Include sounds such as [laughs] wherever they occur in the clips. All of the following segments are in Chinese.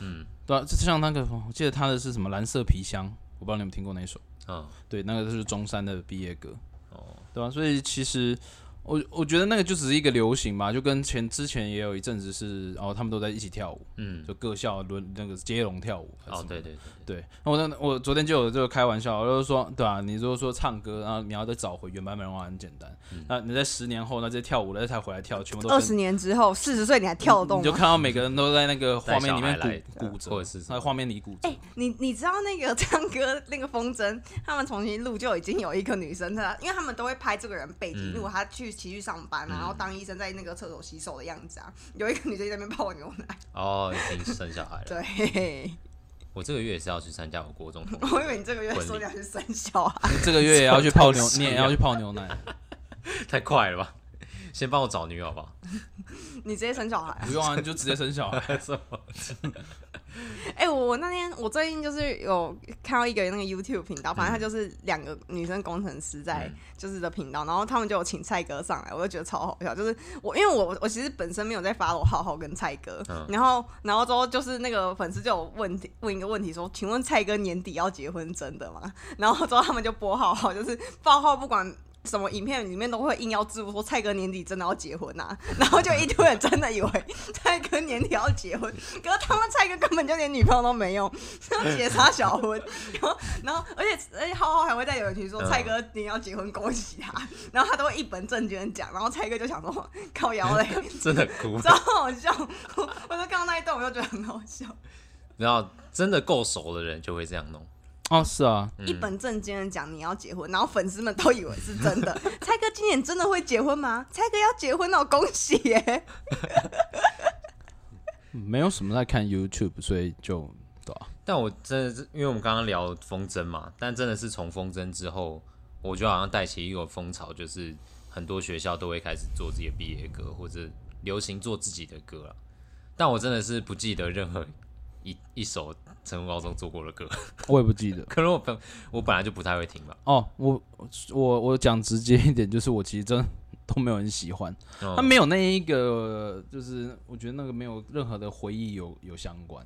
嗯，对啊，就像那个，我记得他的是什么蓝色皮箱，我不知道你有没有听过那一首。嗯，对，那个就是中山的毕业歌，哦，对吧、啊所以其实我我觉得那个就只是一个流行吧，就跟前之前也有一阵子是哦，他们都在一起跳舞，嗯，就各校轮那个接龙跳舞。哦，对对对对，对，那我那我昨天就有这个开玩笑，我就是说，对啊，你如果说唱歌，然后你要再找回原版本的话很简单，嗯那你在十年后，那这些跳舞的才回来跳，全部都二跟十年之后，四十岁你还跳得动你就吗？看到每个人都在那个画面里带小孩来面鼓鼓或着者是，什么在画面里鼓着。你你知道那个 [laughs] 唱歌那个风筝，他们重新录就已经有一个女生在，因为他们都会拍这个人背景，嗯如果他去骑去上班啊嘛，然嗯后当医生在那个厕所洗手的样子啊，有一个女生在那边泡牛奶。哦，已经生小孩了。 [laughs] 对， [laughs] [laughs] 我这个月也是要去参加我国中同学我以为你这个月说你要去生小孩， [laughs] 你这个月也要去泡牛什么东，西啊你也要去泡牛奶，太快了吧？ [laughs] 先帮我找女友好不好？你直接生小孩啊。不用啊，你就直接生小孩。 [laughs] 什么？哎、我我那天我最近就是有看到一个那个 YouTube 频道，反正他就是两个女生工程师在嗯就是的频道，然后他们就有请蔡哥上来，我就觉得超好笑。就是我因为我我其实本身没有在 follow 浩浩跟蔡哥，嗯然后然后之后就是那个粉丝就有问题问一个问题说，请问蔡哥年底要结婚真的吗？然后之后他们就播浩浩，就是报浩不管。什么影片里面都会硬要字幕说蔡哥年底真的要结婚呐、然后就一堆人真的以为蔡哥年底要结婚，可是他们蔡哥根本就连女朋友都没有，要结啥小婚？然后，然后，而且而且浩浩还会在有人群说嗯蔡哥你要结婚，恭喜他，然后他都会一本正经地讲，然后蔡哥就想说靠腰嘞，真的 [laughs] 哭？超好笑， [laughs] 我我就看到那一段我就觉得很好笑，然后真的够熟的人就会这样弄。哦，是啊，嗯一本正经的讲你要结婚，然后粉丝们都以为是真 [laughs] 的，蔡哥今年真的会结婚吗？蔡哥要结婚了，恭喜耶！没有什么在看 YouTube，所以就对吧、但我真的是，因为我们刚刚聊风筝嘛，但真的是从风筝之后，我就好像带起一个风潮，就是很多学校都会开始做自己的毕业歌，或者流行做自己的歌了。但我真的是不记得任何一一首成功高中做过的歌，我也不记得。可能我本我本来就不太会听吧。哦，我我我讲直接一点，就是我其实真的都没有很喜欢，嗯它没有那一个，就是我觉得那个没有任何的回忆有有相关。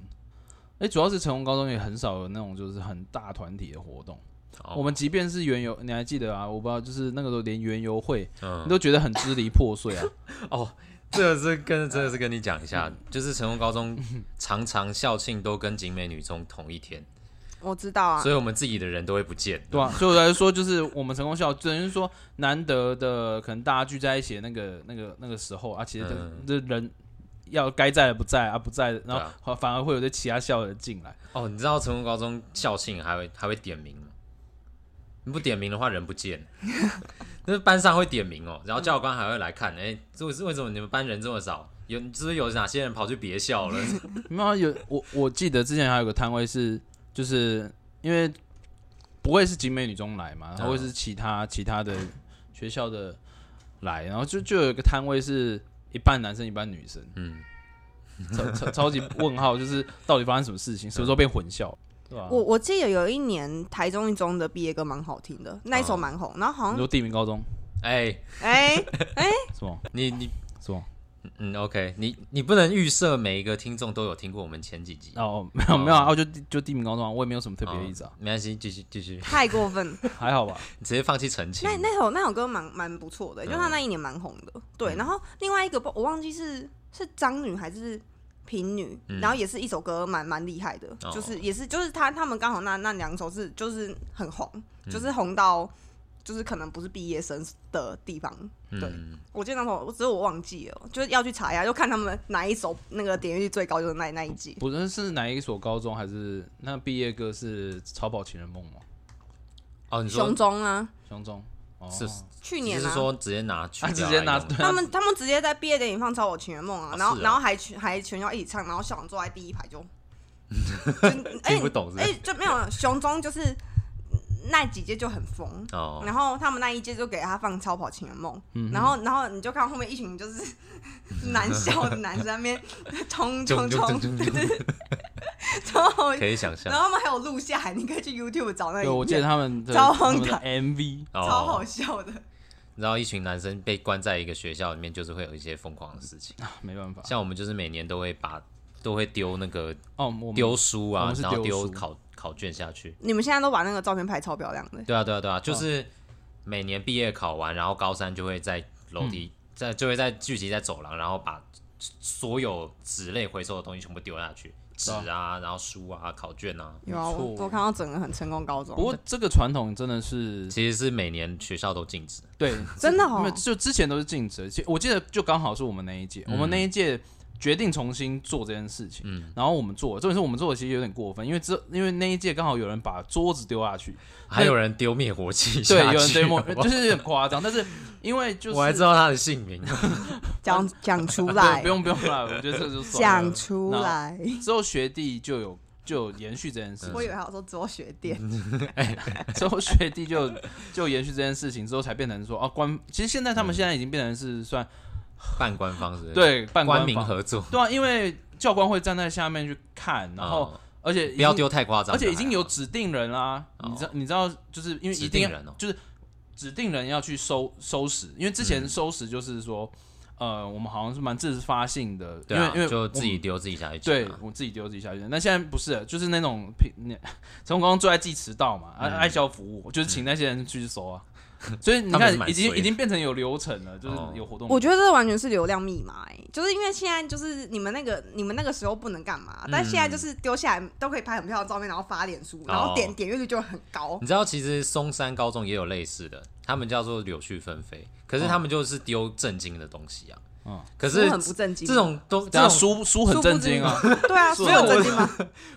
哎、主要是成功高中也很少有那种就是很大团体的活动。哦我们即便是园游，你还记得啊？我不知道，就是那个时候连园游会，嗯你都觉得很支离破碎啊。哦，这个是跟真的是跟你讲一下，嗯就是成功高中常常校庆都跟景美女中同一天， [laughs] 我知道啊所，以我们自己的人都会不见。对啊，所以我来说，就是我们成功校，只能说难得的，可能大家聚在一起的那个、那个、那个时候啊，其实这、嗯这人要该在的不在啊，不在的，然对后反而会有些其他校的进来。哦，你知道成功高中校庆还会还会点名吗？你不点名的话，人 [laughs] 不见。就是班上会点名哦，然后教官还会来看，哎、这为为什么你们班人这么少？有是不是有哪些人跑去别校了？ [laughs] 没有啊有我，我记得之前还有个摊位是，就是因为不会是景美女中来嘛，嗯然后会是其他、其他的学校的来，然后就就有一个摊位是一半男生一半女生，嗯，超超超级问号，就是到底发生什么事情，什么时候变混校？对吧、我我记得有一年台中一中的毕业歌蛮好听的，那一首蛮红，然后好你像嗯说地名高中哎、哎、是吗？你你是吗？嗯，OK，你你不能预设每一个听众都有听过我们前几集，哦，没有没有啊，我就就地名高中啊，我也没有什么特别的意思啊哦，没关系，继续继续， [laughs] 太过分哦了。还好吧。你直接放弃澄清那。那首那首歌蛮蛮不错的，就他嗯那一年蛮红的。对，然后另外一个不我忘记是是张女还是平女，嗯然后也是一首歌蛮蛮厉害的，哦就是也是就是他他们刚好那那两首是就是很红，嗯就是红到就是可能不是毕业生的地方。对嗯，我记得那首，我只是我忘记了，就是要去查一下，就看他们哪一首那个点阅率最高，就是那那一季。不是是哪一所高中，还是那毕业歌是《超跑情人梦》吗？哦，你说熊中啊，熊中哦，是，去你年是啊，说直接拿去啊掉直接拿来用 [laughs] [laughs] 对的啊他们他们直接在毕业典礼放《超我情人梦》啊，哦然后、是哦然后还全还全校一起唱，然后校长坐在第一 [laughs] 排就，就哎听不懂是不哎、是就没有熊中就是那几届就很疯。哦，然后他们那一届就给他放《超跑情人梦》嗯然后然后你就看后面一群就是 [laughs] 男校的男生在那边 [laughs] 冲冲冲，就 [laughs] 超好可以想象然，后他们还有录下来，你可以去 YouTube 找那对，一我记得片，他们的超他荒们的唐 MV，超好哦。笑的。然后一群男生被关在一个学校里面，就是会有一些疯狂的事情。啊没办法，像我们就是每年都会把都会丢那个哦，我们丢书我啊们，是然后丢丢书考考卷下去。你们现在都把那个照片拍超漂亮的、对啊，对啊，嗯对啊，就是每年毕业考完，然后高三就会在楼梯，嗯在就会在聚集在走廊，然后把所有纸类回收的东西全部丢下去，纸啊啊，然后书啊，考卷啊，有啊，没错我我看到整个很成功高中，不过这个传统真的是其实是每年学校都禁止。对，真的因为哦，就之前都是禁止，其我记得就刚好是我们那一嗯届，我们那一届决定重新做这件事情，然后我们做，重点是我们做的其实有点过分，因为这因为那一届刚好有人把桌子丢下去，还有人丢灭火器下 [laughs] 对，去，有人丢好莫，不好就是有点夸张，但是因为就是我还知道他的姓名，呃讲讲出对，来不，用不用啦，我觉得这就算了讲出来。嗯之后学弟就有就有延续这件事我以情，为他说只有学电，嗯之后学弟就就延续这件事情，之后才变成说哦官，其实现在他们现在已经变成是算半官方是不是，对半呃官官民方合作，对啊，因为教官会站在下面去看，然后哦而且已经不要，丢太夸张，而且已经有还好指定人啦。哦你知道，你知道，就是因为一指定定要人哦，指定人要去收收拾，因为之嗯前收拾就是说，呃，我们好像是蛮自发性的，因对为啊因为就我自己丢自己下去对捡啊，我自己丢自己下去。那现在不是，就是那种平， [laughs] 那成功高中最爱记迟到嘛，啊嗯爱、爱消服务，就是请那些人去收啊。所以你他们看是，蛮已经衰的哦已经变成有流程了，就是有活动。我觉得这完全是流量密码、哎，就是因为现在就是你们那个你们那个时候不能干嗯嘛，但现在就是丢下来都可以拍很漂亮的照片，然后发脸书，然后点、哦点阅率就会很高。你知道，其实松山高中也有类似的，他们叫做柳絮纷飞，可是他们就是丢正经的东西啊。嗯可我是很不正经，啊这种东这等下种，书书很震惊啊，对啊，是所有我正经吗？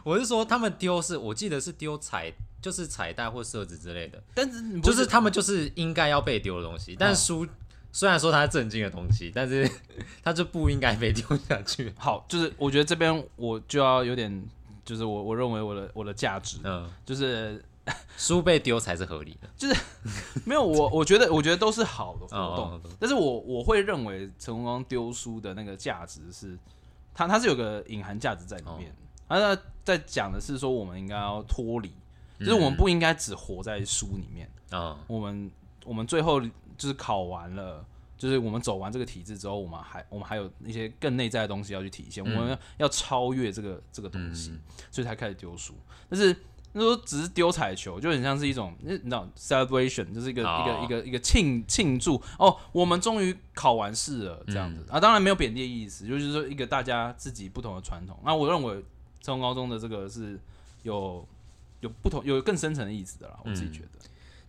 我是说他们丢是我记得是丢彩，就是彩带或设置之类的， [laughs] 但是嗯你不就是他们就是应该要被丢的东西。但是书、虽然说它是正经的东西，但是 [laughs] 它就不应该被丢下去。好，就是我觉得这边我就要有点，就是我我认为我的我的价值嗯，就是书被丢才是合理的。没有我我觉得我觉得都是好的活动，哦，哦哦但是我我会认为陈洪刚丢书的那个价值是，它它是有个隐含价值在里面，他在在讲的是说我们应该要脱离，就是我们不应该只活在书里面，哦我们我们最后就是考完了。就是我们走完这个体制之后，我们还我们还有一些更内在的东西要去体现，我们要超越这个这个嗯东西，所以才开始丢书。但是那时候只是丢彩球，就很像是一种，你知道 celebration，就是一个、哦一个一个一个庆庆祝哦，我们终于考完试了这样子、嗯啊。当然没有贬低的意思，就是说一个大家自己不同的传统。那我认为成功高中的这个是有有不同有更深层的意思的啦，我嗯自己觉得。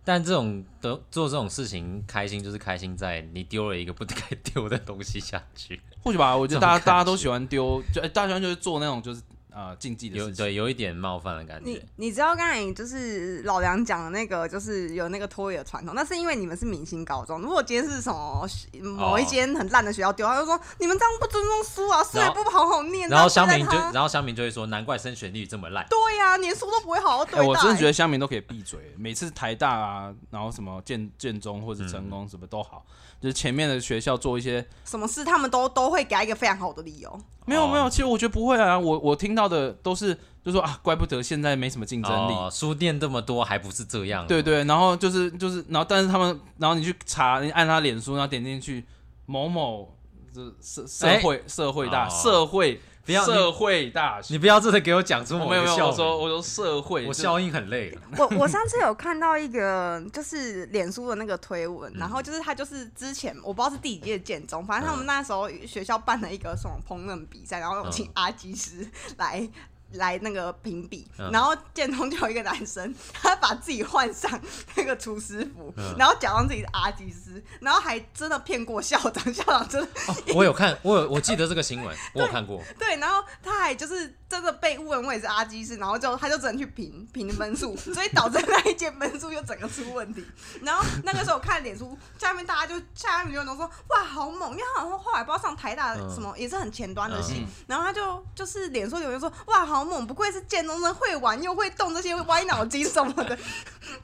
但这种的做这种事情开心，就是开心在你丢了一个不该丢的东西下去。 [laughs] 或许吧，我觉得这种大感家觉大家都喜欢丢，就、哎大家喜欢就是做那种就是呃竞技的有事情。对有一点冒犯的感你觉。你知道刚才就是老梁讲的那个，就是有那个脱离的传统，那是因为你们是明星高中。如果今天是什么某哦一间很烂的学校丢，他就说你们这样不尊重书啊，书也不好好念。然后这乡样对民就待他然后乡民就会说，难怪升学率这么烂。对呀、连书都不会好好对哎、待。我真的觉得乡民都可以闭嘴。每次台大啊，然后什么建建中或者成嗯功什么都好，就是前面的学校做一些什么事他们都都会给他一个非常好的理由。没哦有没有，其实我觉得不会啊。我我听到的都是就说啊，怪不得现在没什么竞争力。哦，书店这么多，还不是这样？啊对，对，然后就是就是，然后但是他们，然后你去查，你按他脸书，然后点进去某某这社社会、社会大、哦社会不要你社会大学，你不要真的给我讲出我我没有的没有，笑我说名，我说社会，我就是笑音很 [laughs] 累了。我我上次有看到一个就是脸书的那个推嗯文，然后就是他就是之前我不知道是第几届建中，反嗯正他们那时候学校办了一个什么烹饪比赛，然后请阿基师来。来那个评比，嗯然后建中就有一个男生，他把自己换上那个厨师服，嗯然后假装自己是阿基师，然后还真的骗过校长，校长真的哦我有看，我有我记得这个新闻，我有看过。对，然后他还就是真的被问我也是阿基师，然后就他就只能去评评分数，所以导致那一届分数又整个出问题。然后那个时候我看脸书下面大家就下面有人都说哇好猛，因为他好像后来不知道上台大嗯什么、也是很前端的系，嗯然后他就就是脸书留言说哇好猛，不愧是建中生会玩又会动这些歪脑筋什么的。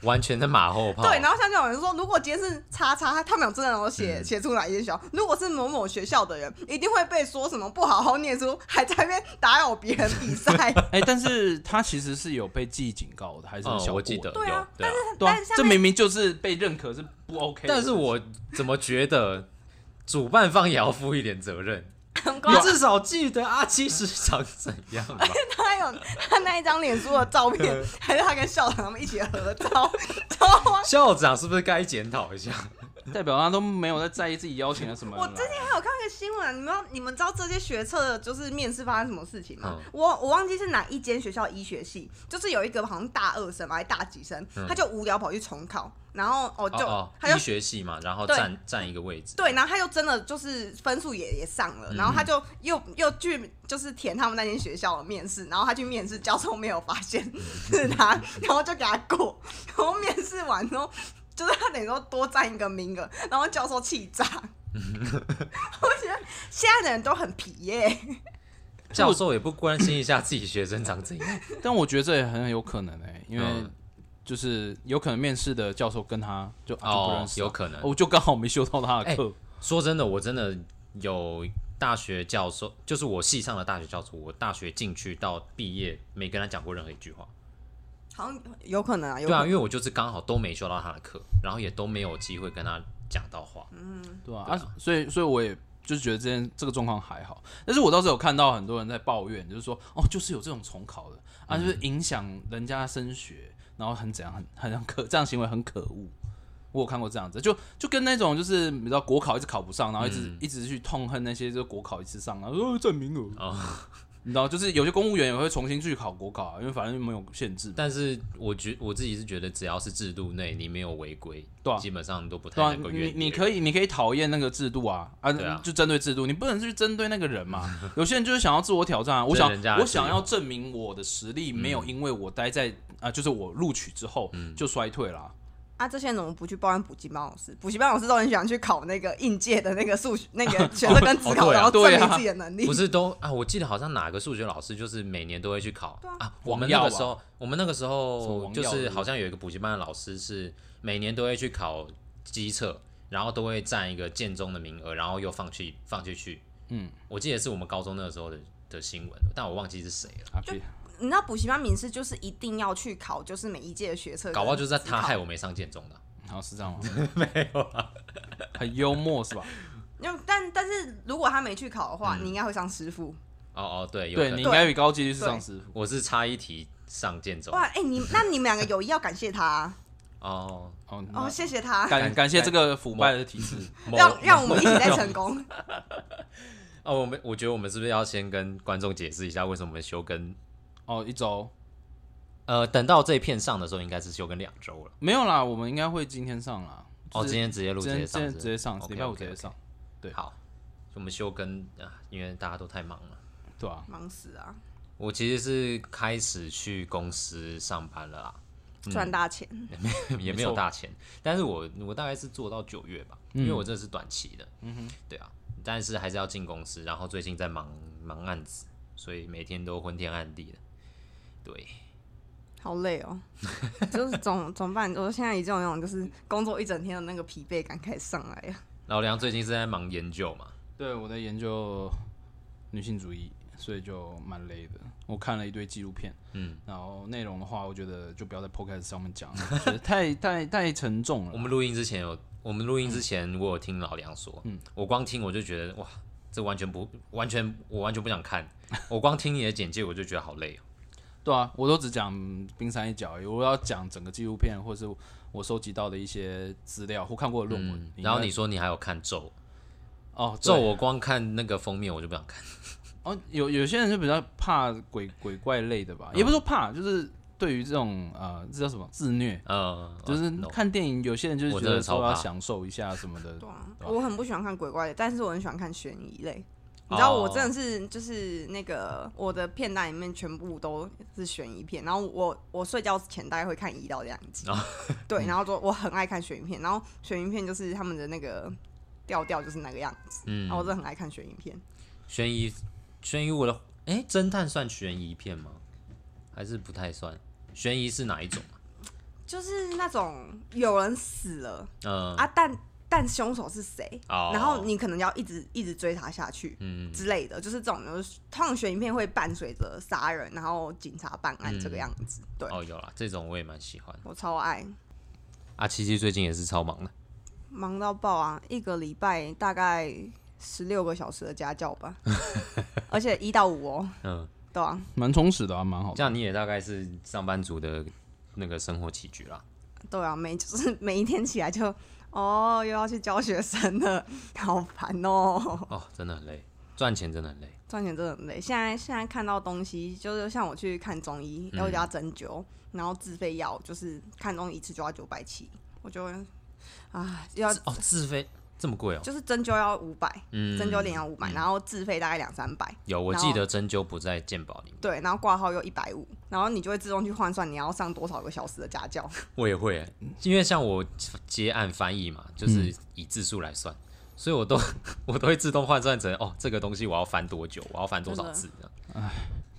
完全的马后炮。嗯对，然后像这种人说，如果今天是叉叉，他们有真的有写写出哪一间学校？如果是某某学校的人，一定会被说什么不好好念书，还在那边打扰别人 [laughs] 比赛。哎、但是他其实是有被记警告的，还是有嗯小过的、我记得有，对啊对对啊。啊但是下这面明明就是被认可是不 OK 的。但是我怎么觉得主办方也要负一点责任？南你瓜，至少记得阿七是长怎样吧？他有他那一张脸书的照片，还是他跟校长他们一起合照，嗯超荒校长是不是该检讨一下？代表他都没有在在意自己邀请了什么人我来。最近还有看一个新闻，你们要你们知道这些学测的就是面试发生什么事情吗？嗯我我忘记是哪一间学校医学系，就是有一个好像大二生吧，还大几生，嗯他就无聊跑去重考，然后哦就、哦他哦，就医学系嘛，然后对占占一个位置。对，然后他又真的就是分数也也上了，嗯然后他就又又去就是填他们那间学校的面试，然后他去面试，教授没有发现嗯 [laughs] 是他，然后就给他过，然后面试完之后。就是他等于说多占一个名额，然后教授气 [laughs] 炸。我觉得现在的人都很皮耶、教授也不关心一下自己学生长怎样。但我觉得这也很有可能哎、因为嗯就是有可能面试的教授跟他就、啊就不哦认，识啊，有可能。我就刚好没修到他的课。说真的，我真的有大学教授，就是我系上的大学教授，我大学进去到毕业没跟他讲过任何一句话。好像有可能啊，有对可啊，能。因为我就是刚好都没修到他的课，然后也都没有机会跟他讲到话。对啊，啊，所以所以我也就是觉得这件这个状况还好，但是我倒是有看到很多人在抱怨，就是说哦，就是有这种重考的啊，就是影响人家升学，然后很怎样，很很很可这样行为很可恶。我有看过这样子，就就跟那种就是你知道国考一直考不上，然后一直、一直去痛恨那些就是国考一次上，然后说哦占名额，哦你知道，就是有些公务员也会重新去考国考、啊，因为反正没有限制嘛。但是我觉我自己是觉得，只要是制度内你没有违规，对啊基本上都不太对啊，能够怨你别你人可以你可以讨厌那个制度啊啊，对啊就针对制度，你不能去针对那个人 [laughs] 嘛。有些人就是想要自我挑战啊，我想人家的嗯我自由想要证明我的实力没有因为我待在啊，就是我录取之后嗯就衰退啦。啊，这些人怎么不去报案补习班老师？补习班老师都很喜欢去考那个应届的那个数学、那 [laughs] 个学测跟职考，对啊然后证对明啊自己的能力不。是都啊？我记得好像哪个数学老师就是每年都会去考对啊啊。我王们那耀个吧时候，我们那个时什么候王就耀是不是是好像有一个补习班的老师是每年都会去考机测，然后都会占一个建中的名额，然后又放弃放弃去。嗯，我记得是我们高中那个时候的的新闻，但我忘记是谁了。啊，别你知道补习班名师就是一定要去考，就是每一届的学测跟职考。搞不好就是在他害我没上建中的啊、好是这 [laughs] 样吗？没有啊， [laughs] 很幽默是吧？因为但但是如果他没去考嗯的话，你应该会上师傅。哦哦，对，有可对你能应该比高几率是上师傅。我是差一题上建中哇，哎、你那你们两个友谊要感谢他啊、 [laughs] 哦。哦，哦，那谢谢啊他，感感谢这个腐败的体制。某让让我们一起再 [laughs] 成功。哦，我们我觉得我们是不是要先跟观众解释一下为什么我们休更哦，一周呃，等到这一片上的时候，应该是休更两周了。没有啦，我们应该会今天上啦。哦，就是今天直接录，今接天上哦今是天不直接是，上， OK，礼拜五 OK，直接 OK 上，对好，我们休更啊，因为大家都太忙了。对啊。忙死啊，我其实是开始去公司上班了啦，赚大钱。也 [laughs] 没没有错大钱，但是我我大概是做到九月吧，嗯因为我这是短期的，嗯哼，对啊，但是还是要进公司，然后最近在忙忙案子，所以每天都昏天暗地的，对，好累 [laughs] 哦，就是总总办，我现在已经有那种就是工作一整天的那个疲惫感开始上来了。老梁最近是在忙研究嘛，对，我在研究女性主义，所以就蛮累的。我看了一堆纪录片，嗯，然后内容的话，我觉得就不要在 podcast 上面讲了，觉得太太太沉重 [laughs] 了。我们录音之前有，我们录音之前我有听老梁说，嗯，我光听我就觉得哇，这完全不完全，我完全不 [laughs] 想看。我光听你的简介我就觉得好累哦。对啊，我都只讲冰山一角而已，我要讲整个纪录片，或是我收集到的一些资料或看过的论文。嗯应该然后你说你还有看咒，哦，咒对我光看那个封面我就不想看。哦，有有些人就比较怕鬼鬼怪类的嗯吧，也不是说怕，就是对于这种呃，这叫什么自虐。呃，就是哦，no 看电影，有些人就是我觉真的得说超怕要享受一下什么的，对啊，对啊我很不喜欢看鬼怪的，但是我很喜欢看悬疑类。你知道哦我真的是就是那个我的片单里面全部都是悬疑片，然后我我睡觉前大概会看一到两集，哦对，然后说我很爱看悬疑片，然后悬疑片就是他们的那个调调就是那个样子，然后我哦嗯，真的很爱看悬疑片，悬疑悬疑我的，哎，侦探算悬疑片吗？还是不太算？悬疑是哪一种啊？就是那种有人死了嗯，啊，但但凶手是谁，哦啊然后你可能要一直一直追他下去，嗯，之类的，就是这种，就是通常悬疑片会伴随着杀人，然后警察办案嗯这个样子。对，哦，有啦，这种我也蛮喜欢。我超爱，啊，七七最近也是超忙的，忙到爆啊！一个礼拜大概十六个小时的家教 [laughs] 吧，而且一到五哦，嗯，对啊，蛮充实的啊，蛮好这的。样你也大概是上班族的那个生活起居啦。对啊，每就是每一天起来就哦又要去教学生了，好烦哦。哦，真的很累，赚钱真的很累。赚钱真的很累。现在现在看到东西，就是像我去看中医，嗯要加针灸，然后自费药，就是看中医一次就要九百七，我就会啊要哦，自费这么贵哦。就是针灸要五百、嗯，针灸点要五百，然后自费大概两三百，有，我然记后得针灸不在健保里面。对，然后挂号又一百五，然后你就会自动去换算你要上多少个小时的家教，我也会欸，因为像我接案翻译嘛，嗯就是以字数来算，所以我都 [laughs] 我都会自动换算成哦，这个东西我要翻多久，我要翻多少字这样。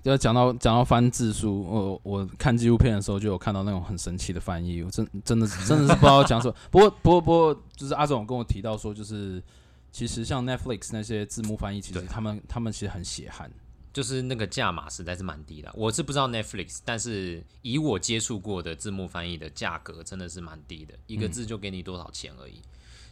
要讲到讲到翻字数，我我看纪录片的时候就有看到那种很神奇的翻译，我真真的真的是不知道讲什么。 [laughs] 不过不过不过，就是阿总有跟我提到说，就是其实像 Netflix 那些字幕翻译，其实对他们他们其实很血汗。就是那个价码实在是蛮低的，啊我是不知道 Netflix，但是以我接触过的字幕翻译的价格真的是蛮低的，一个字就给你多少钱而已。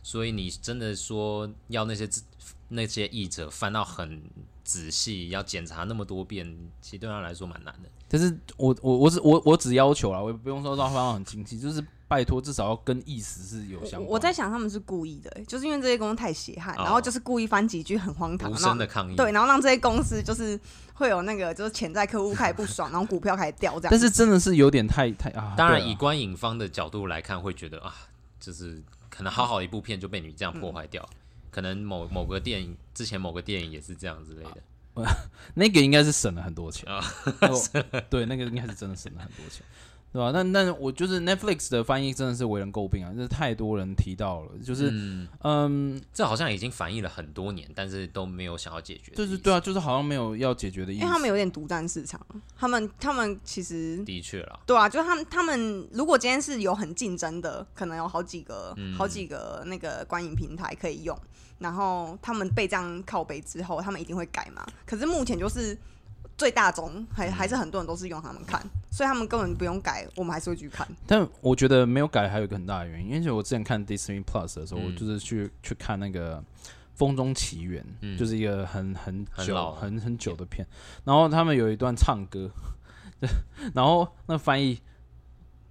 所以你真的说要那些字那些译者翻到很仔细，要检查那么多遍，其实对他来说蛮难的。但是我我我只我我只要求啦，我也不用说到翻到很精细，就是拜托至少要跟意思是有相我关。我在想他们是故意的、就是因为这些公司太血汗，哦然后就是故意翻几句很荒唐，无然声后的抗议，对，然后让这些公司就是会有那个就是潜在客户开始不爽，然后股票开始掉这样。但是真的是有点太太啊。当然，对啊以观影方的角度来看，会觉得啊，就是可能好好一部片就被你这样破坏掉。嗯可能某某个电影之前某个电影也是这样之类的，那个应该是省了很多钱啊那我对，那个应该是真的省了很多钱，对吧、但但我就是 Netflix 的翻译真的是为人诟病啊，就是太多人提到了，就是嗯这好像已经反映了很多年，但是都没有想要解决的意就思。是对啊，就是好像没有要解决的意因思。为他们有点独占市场，啊他们他们其实的确啦，对啊，就他们他们如果今天是有很竞争的，可能有好几个、嗯好几个那个观影平台可以用，然后他们被这样靠背之后，他们一定会改嘛。可是目前就是最大宗，嗯还还是很多人都是用他们看，所以他们根本不用改，我们还是会去看。但我觉得没有改还有一个很大的原因，因为我之前看 Disney Plus 的时候，嗯我就是去去看那个《风中奇缘》，嗯就是一个很很很久老了很很久的片，然后他们有一段唱歌， [laughs] 然后那翻译。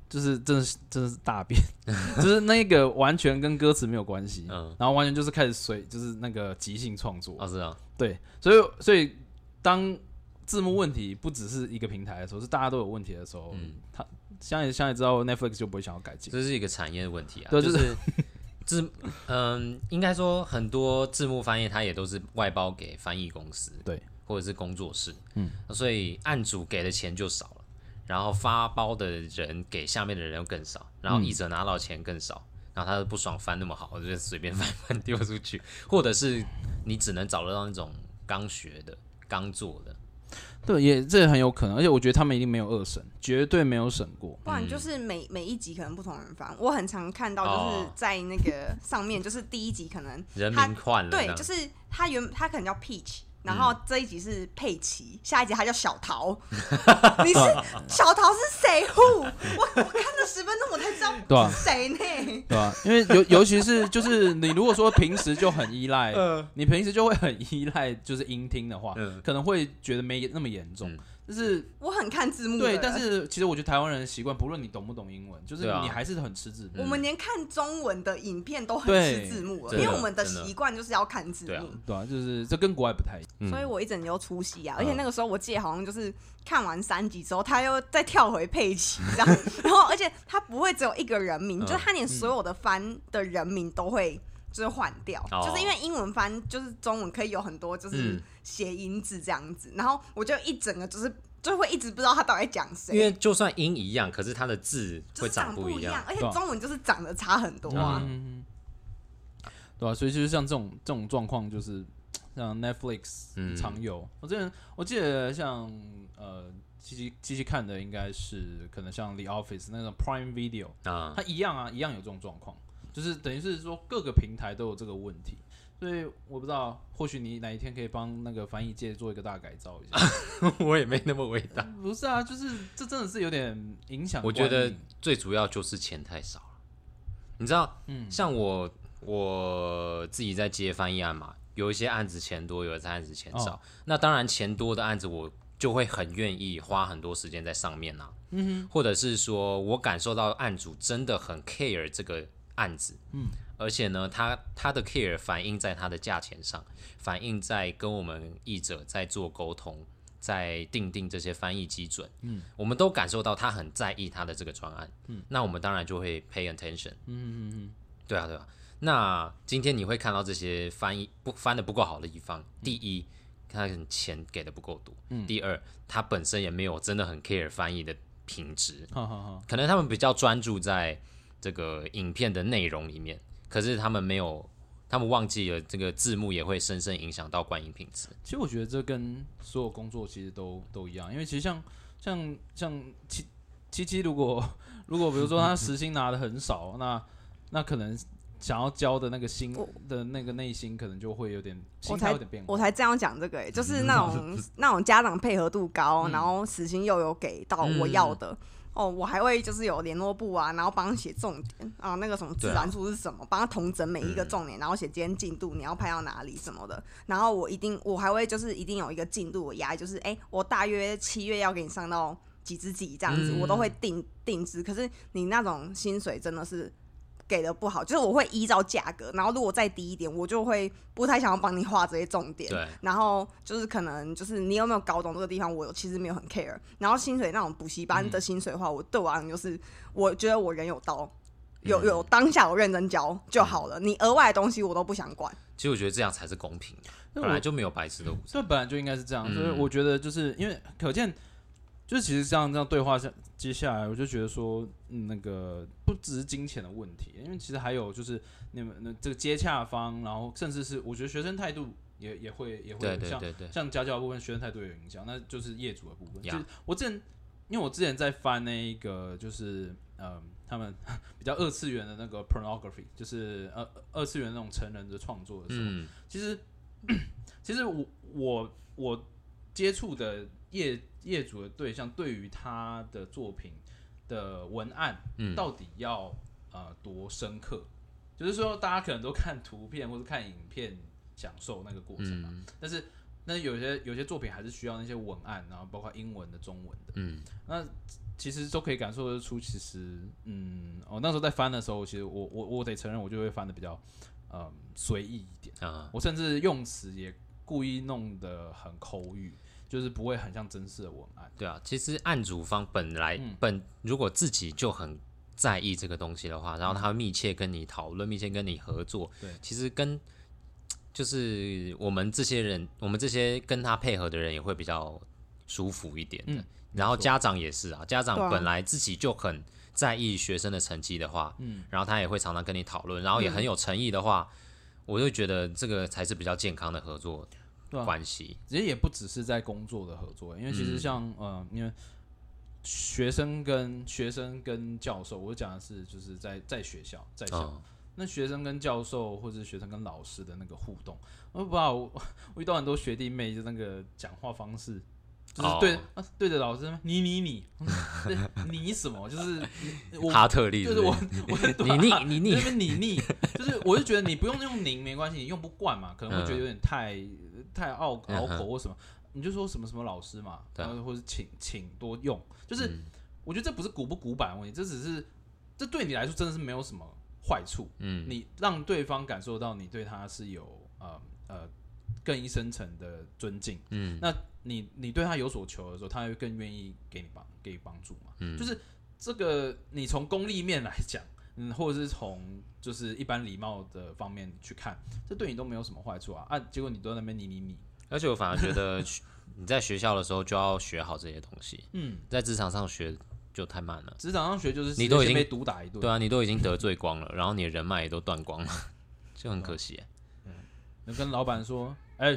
就是真的是真的是大便， [laughs] 就是那个完全跟歌词没有关系，嗯，然后完全就是开始随就是那个即兴创作，哦是啊，对，所以所以当字幕问题不只是一个平台的时候，是大家都有问题的时候，嗯他相也相也知道 Netflix 就不会想要改进。这是一个产业的问题啊，对就就是字， [laughs] 嗯，应该说很多字幕翻译它也都是外包给翻译公司，对，或者是工作室，嗯，所以案主给的钱就少了，然后发包的人给下面的人又更少，嗯然后译者拿到钱更少，然后他就不爽翻那么好，就随便翻翻丢出去，或者是你只能找得到那种刚学的、刚做的，对，也这也很有可能，而且我觉得他们一定没有二审，绝对没有审过。不然嗯就是每、每一集可能不同人翻，我很常看到就是哦在那个上面，就是第一集可能人他名换了这对样，，就是他原他可能叫 Peach，然嗯后这一集是佩奇，下一集他叫小 [laughs] 桃。你是小桃是谁？Who？我我看了十分钟，我 [laughs] 才知对道啊是谁呢。对吧？因为尤尤其是就是你如果说平时就很依赖，哦你平时就会很依赖就是音听的话，嗯可能会觉得没那么严重。嗯但是我很看字幕的对，人，但是其实我觉得台湾人的习惯，不论你懂不懂英文，就是对啊你还是很吃字幕，我们连看中文的影片都很对吃字幕了，真因的为我们的真的习惯就是要看字对啊幕。对吧、就是这跟国外不太一样。嗯所以我一整年都出戏啊，而且那个时候我记得好像就是看完三集之后，他又再跳回佩奇这 [laughs] 样，然后而且他不会只有一个人名，嗯就是他连所有的番的人名都会就是换掉，哦就是因为英文番就是中文可以有很多就是嗯谐音字这样子，然后我就一整个就是就会一直不知道他到底在讲因谁，为就算音一样，可是它的字就会是长不一样。而且对啊中文就是长得差很多啊。嗯，对啊，所以就是像这种这种状况，就是像 Netflix 嗯常有。我之前我记得像呃，继续继续看的应该是可能像 The Office 那种 Prime Video，啊，它一样啊，一样有这种状况，就是等于是说各个平台都有这个问题。所以我不知道，或许你哪一天可以帮那个翻译界做一个大改造一 [laughs] 下。 [laughs] 我也没那么伟大。不是啊，就是这真的是有点影响我观念。觉得最主要就是钱太少了。你知道，像我我自己在接翻译案嘛，有一些案子钱多，有一些案子钱少。那当然，钱多的案子我就会很愿意花很多时间在上面啦、嗯或者是说我感受到案主真的很 care 这个案子，嗯，而且呢，他他的 care 反映在他的价钱上，反映在跟我们译者在做沟通，在定定这些翻译基准，嗯，我们都感受到他很在意他的这个专案，嗯，那我们当然就会 pay attention，嗯对啊，对啊。那今天你会看到这些翻译不翻的不够好的地方，嗯第一，他可能钱给的不够多；第二，他本身也没有真的很 care 翻译的品质，好好好，可能他们比较专注在这个影片的内容里面，可是他们没有，他们忘记了这个字幕也会深深影响到观影品质。其实我觉得这跟所有工作其实都都一样，因为其实像像像七七七，如果 [laughs] 如果比如说他时薪拿的很少，那那可能想要教的那个心我的那个内心可能就会有点心我态才有嗯点变化。我才这样讲这个、欸，就是那 [laughs] 种那种家长配合度嗯高，然后时薪又有给到我要的。哦，我还会就是有联络部啊，然后帮他写重点啊，那个什么自对啊嗯然数是什么，帮、他统整每一个重点，然后写今天进度你要拍到哪里什么的。然后我一定我还会就是一定有一个进度我压，就是哎、我大约七月要给你上到几支几这样子，嗯我都会定定制。可是你那种薪水真的是给的不好，就是我会依照价格，然后如果再低一点，我就会不太想要帮你画这些重点。对然后就是可能就是你有没有搞懂这个地方，我其实没有很嗯 care。然后薪水那种补习班的薪水的话，我对我而言就是我觉得我人有刀。有有嗯当下我认真教就好了，你额外的东西我都不想管。其实我觉得这样才是公平的，那本我来就没有白吃的午餐。这本来就应该是这样，嗯所以我觉得就是因为可见，就是其实这样这样对话下接下来，我就觉得说，嗯，那个不只是金钱的问题，因为其实还有就是你们那这个接洽方，然后甚至是我觉得学生态度也也会也会对有对像对对，像家教部分学生态度有影响，那就是业主的部分。呀就是我之前，因为我之前在翻那一个就是嗯，他们 [laughs] 比较二次元的那个 pornography，就是呃二次元那种成人的创作的时候，嗯其实 [clears throat] 其实我我我接触的业业主的对象，对于他的作品的文案嗯，到底要、呃多深刻，就是说大家可能都看图片或者看影片享受那个过程嘛，嗯但是那有些有些作品还是需要那些文案，然后包括英文的、中文的，嗯，那其实都可以感受得出，其实嗯，我、那时候在翻的时候，其实我我我得承认，我就会翻的比较嗯随意一点。啊，我甚至用词也故意弄得很口语，就是不会很像真实的文案。对啊，其实案主方本来、嗯本如果自己就很在意这个东西的话，然后他密切跟你讨论，密切跟你合作，对其实跟就是我们这些人，我们这些跟他配合的人也会比较舒服一点的。嗯然后家长也是啊，家对长啊本来自己就很在意学生的成绩的话，嗯，然后他也会常常跟你讨论，然后也很有诚意的话，我就觉得这个才是比较健康的合作对啊关系。其实也不只是在工作的合作，因为其实像、呃，因为学生跟学生跟教授，我讲的是就是在在学校，在校、嗯，那学生跟教授或者是学生跟老师的那个互动，我不知道 [laughs] 我我遇到很多学弟妹，就那个讲话方式，就是哦对、啊对着老师你你你你什么，就是我哈特利是就不是是我我 [laughs] 啊你腻你腻就是你腻，就是我就觉得你不用用您没关系，你用不惯嘛，可能会觉得有点太太拗嗯拗口或什么，你就说什么什么老师嘛，对然啊后或者请请多用，就是嗯我觉得这不是古不古板的问题，这只是这对你来说真的是没有什么坏处，嗯你让对方感受到你对他是有呃呃更深层的尊敬，嗯那你你对他有所求的时候，他会更愿意给你帮给予帮助嘛？嗯就是这个你从功利面来讲， [laughs] 嗯，或者是从就是一般礼貌的方面去看，这对你都没有什么坏处啊啊！结果你都在那边你你你，而且我反而觉得学你在学校的时候就要学好这些东西，嗯，在职场上学就太慢了。职场上学就是你都已直接经被毒打一顿，对啊，你都已经得罪光了，然后你的人脉也都断光了，就很可惜耶。你跟老板说，哎、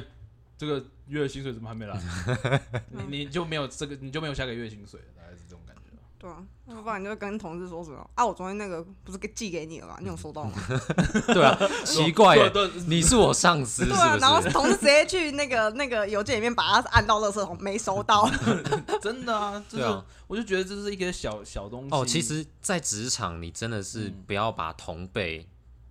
这个月薪水怎么还没来？ [laughs] 你你就没有这个，你就没有下个月薪水了，大概是这种感觉。对啊，要不然你就跟同事说什么啊？我昨天那个不是给寄给你了吗？你有 [laughs] 收到吗？对啊，奇怪耶，对对你是我上司是对啊，然后不是？同事直接去那个 [laughs] 那个邮件里面把它按到垃圾桶，没收 [laughs] 到。真的啊，就是、对啊哦我就觉得这是一个小小东西。哦，其实，在职场你真的是不要把同辈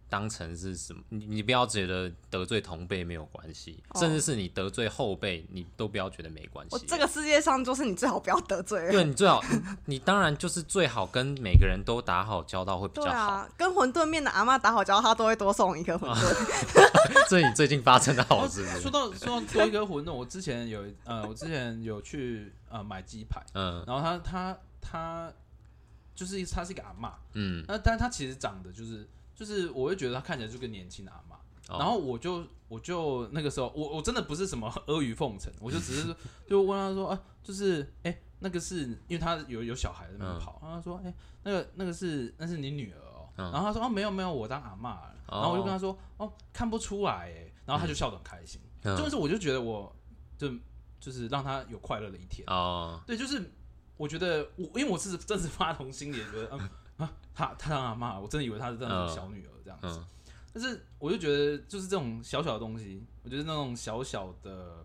当成是什么，你你不要觉得得罪同辈没有关系，哦甚至是你得罪后辈，你都不要觉得没关我系。这个世界上就是你最好不要得罪 [laughs] 人。对你最好，你当然就是最好跟每个人都打好交道会比对较好。啊，跟馄饨面的阿妈打好交，她都会多送一颗馄饨。啊这是 [laughs] 你最近发生的好事是不啊 [laughs] 说是，到说到多一个馄饨，我之前有一呃，我之前有去呃买鸡排，嗯然后他他他就是他是一个阿嬷，嗯，那但是他其实长得就是就是，我会觉得他看起来就跟年轻的阿嬷。哦然后我就我就那个时候，我我真的不是什么阿谀奉承， [laughs] 我就只是说就问他说啊，就是哎、那个是因为他有有小孩在那边跑，然后他说哎、那个那个是那是你女儿哦，嗯然后他说哦没有没有，我当阿嬷了，哦然后我就跟他说哦看不出来哎，然后他就笑得很开心，嗯就是我就觉得我就就是让他有快乐的一天，哦，对，就是我觉得我因为我是真是发从心里觉得，嗯啊，他他当阿妈，我真的以为他是当嗯小女儿这样子。嗯但是我就觉得，就是这种小小的东西，我觉得那种小小的，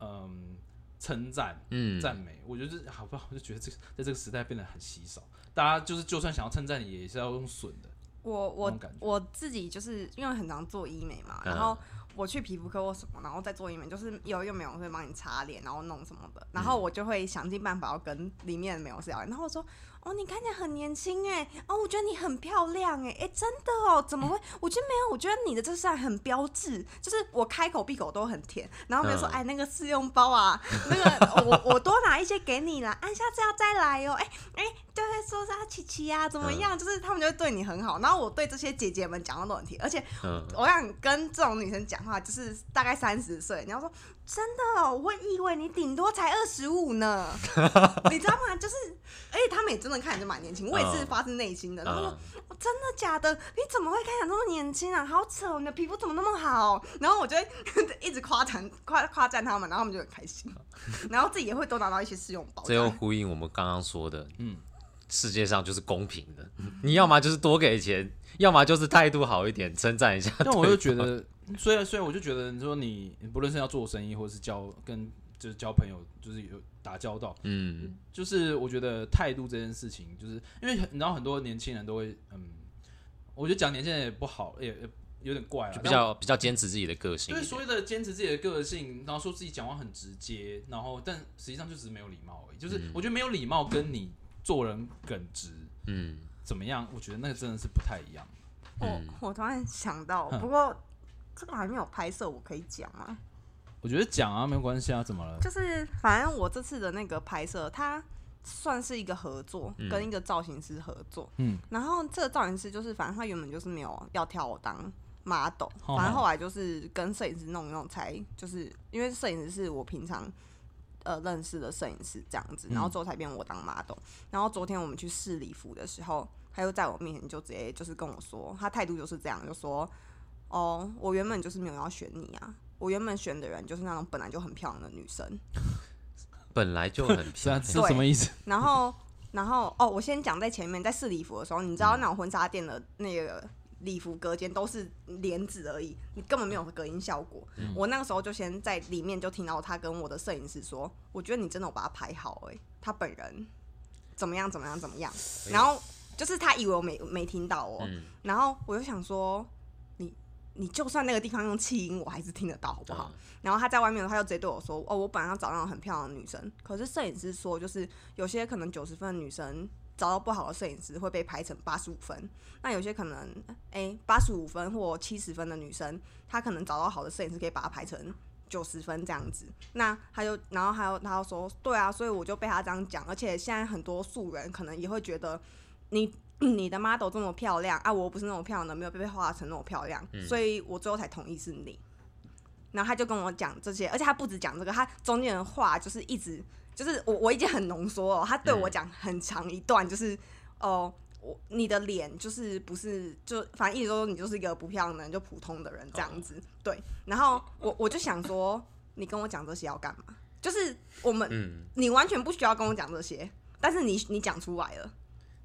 嗯，称赞、嗯，赞美，我觉得就是好不好？我就觉得这个在这个时代变得很稀少，大家就是就算想要称赞你，也是要用损的。我那我种感觉我自己就是因为很常做医美嘛，嗯然后我去皮肤科或什么，然后再做医美，就是有一个美容师帮你擦脸，然后弄什么的，然后我就会想尽办法要跟里面的美容师聊天，然后我说。哦，你看起来很年轻哎，哦，我觉得你很漂亮哎，哎，真的哦，怎么会？我觉得没有，我觉得你的这算很标志，就是我开口闭口都很甜，然后没有说、嗯哎那个试用包啊，那个我我多拿一些给你啦，啊，下次要再来哦，哎哎，就会说是啊琪琪啊怎么样，就是他们就会对你很好，然后我对这些姐姐们讲话都很甜，而且嗯我想跟这种女生讲话，就是大概三十岁，你要说真的哦，我以为你顶多才二十五 [laughs] 呢，你知道吗？就是，而且他们也真的看起来就蛮年轻，我也是嗯发自内心的。然后说嗯，真的假的？你怎么会看起来那么年轻啊？好丑，你的皮肤怎么那么好？然后我就会 [laughs] 一直夸赞夸夸赞他们，然后他们就很 [laughs] 开心，然后自己也会多拿到一些试用包。这又呼应我们刚刚说的，嗯，世界上就是公平的， [laughs] 你要么就是多给钱，要么就是态度好一点，称赞一下。 [laughs] 但我就觉，得，虽然虽然我就觉得，你说你不论是要做生意，或是交跟就是交朋友，就是有打交道，嗯就是我觉得态度这件事情，就是因为很你知道很多年轻人都会，嗯，我觉得讲年轻人也不好，也也有点怪啊，就比较比较坚持自己的个性但一我对点。所谓的坚持自己的个性，然后说自己讲话很直接，然后但实际上就只是没有礼貌而已。就是我觉得没有礼貌跟你做人耿直嗯，怎么样，我觉得那个真的是不太一样。我嗯我突然想到，哼不过这个还没有拍摄，我可以讲吗？我觉得讲啊没关系啊，怎么了？就是反正我这次的那个拍摄，它算是一个合作，嗯跟一个造型师合作。嗯，然后这个造型师就是，反正他原本就是没有要挑我当 model，哦反正后来就是跟摄影师弄一弄，才就是因为摄影师是我平常呃认识的摄影师这样子，嗯然后之后才变我当 model。然后昨天我们去试礼服的时候，他就在我面前就直接就是跟我说，他态度就是这样，就说哦，我原本就是没有要选你啊。我原本选的人就是那种本来就很漂亮的女生，本来 [laughs] 就很是漂啊，亮。这 [laughs] 什么意思？然后，然后哦，我先讲在前面，在试礼服的时候，你知道那种婚纱店的那个礼服隔间都是帘子而已，你根本没有隔音效果。我那个时候就先在里面就听到他跟我的摄影师说：“我觉得你真的有把他拍好、欸，他本人怎么样怎么样怎么样。”然后就是他以为我没没听到哦、嗯然后我就想说，你你就算那个地方用气音，我还是听得到，好不好？然后他在外面，他就直接对我说：“哦，我本来要找那种很漂亮的女生，可是摄影师说，就是有些可能九十分的女生找到不好的摄影师会被拍成八十五分，那有些可能哎八十五分或七十分的女生，她可能找到好的摄影师可以把她拍成。”九十分这样子，那他就，然后还有他就说，对啊，所以我就被他这样讲，而且现在很多素人可能也会觉得你你的 model 这么漂亮啊，我不是那种漂亮的，没有被画成那种漂亮，所以我最后才同意是你。然后他就跟我讲这些，而且他不止讲这个，他中间的话就是一直就是我我已经很浓缩哦，他对我讲很长一段，就是哦、我你的脸就是不是就反正一直都说你就是一个不漂亮的人，就普通的人这样子，对。然后我我就想说，你跟我讲这些要干嘛？就是我们、嗯，你完全不需要跟我讲这些，但是你你讲出来了，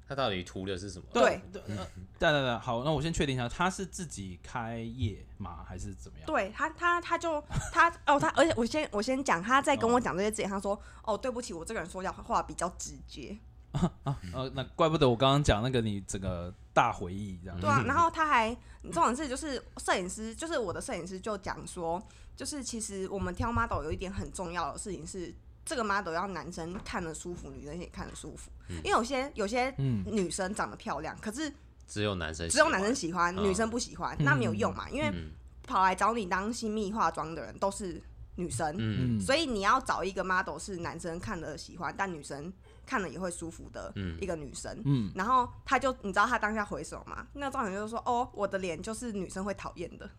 他到底图的是什么？对对呃对对对，好，那我先确定一下，他是自己开业吗，还是怎么样？对他，他他就他哦，他而且我先我先讲，他在跟我讲这些之前，他说哦，对不起，我这个人说话话比较直接。嗯呃，那怪不得我刚刚讲那个你整个大回忆这样。对啊，然后他 [laughs] 还重点是就是摄影师，就是我的摄影师就讲说，就是其实我们挑 model 有一点很重要的事情是，这个 model 要男生看得舒服，女生也看得舒服，嗯因为有些有些嗯女生长得漂亮，可是只有男生喜只欢，有男生喜欢，嗯女生不喜欢，那没有用嘛，因为嗯跑来找你当新密化妆的人都是女生，嗯所以你要找一个 model 是男生看了喜欢，但女生看了也会舒服的嗯一个女生。嗯，然后他就，你知道他当下回首嘛？那赵女就说：“哦，我的脸就是女生会讨厌的。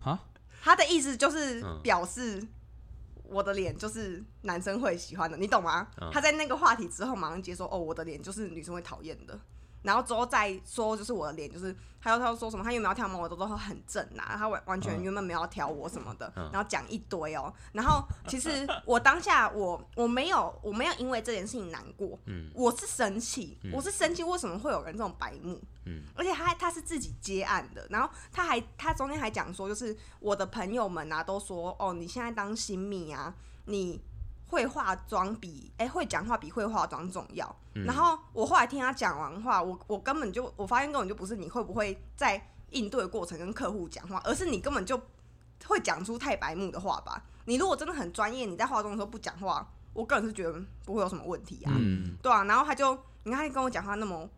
啊，”他的意思就是嗯表示我的脸就是男生会喜欢的，你懂吗？嗯他在那个话题之后马上接说：“哦，我的脸就是女生会讨厌的。”然后之后再说，就是我的脸，就是还有他又说什么，他原本要挑毛，我都都很正啊，他完完全嗯原本没有要挑我什么的，嗯然后讲一堆哦。然后其实我当下我我没有我没有因为这件事情难过，嗯我是生气，我是生气，为什么会有人这种白目？嗯而且他还他是自己接案的，然后他还他中间还讲说，就是我的朋友们啊都说，哦，你现在当新密啊，你会化妆比哎、会讲话比会化妆重要。嗯然后我后来听他讲完话，我我根本就我发现根本就不是你会不会在应对过程跟客户讲话，而是你根本就会讲出太白目的话吧。你如果真的很专业，你在化妆的时候不讲话，我个人是觉得不会有什么问题啊。嗯对啊，然后他就你看他跟我讲话那么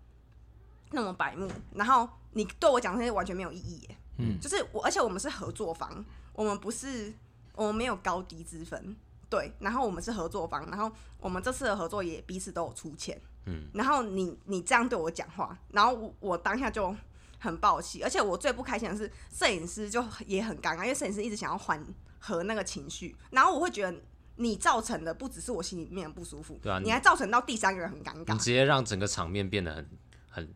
那么白目，然后你对我讲这些完全没有意义耶。嗯就是我，而且我们是合作方，我们不是我们没有高低之分。对，然后我们是合作方，然后我们这次的合作也彼此都有出钱。嗯然后你你这样对我讲话，然后我我当下就很暴气，而且我最不开心的是摄影师就也很尴尬，因为摄影师一直想要缓和那个情绪，然后我会觉得你造成的不只是我心里面的不舒服，对啊你你还哎造成到第三个人很尴你尬。直接让整个场面变得很很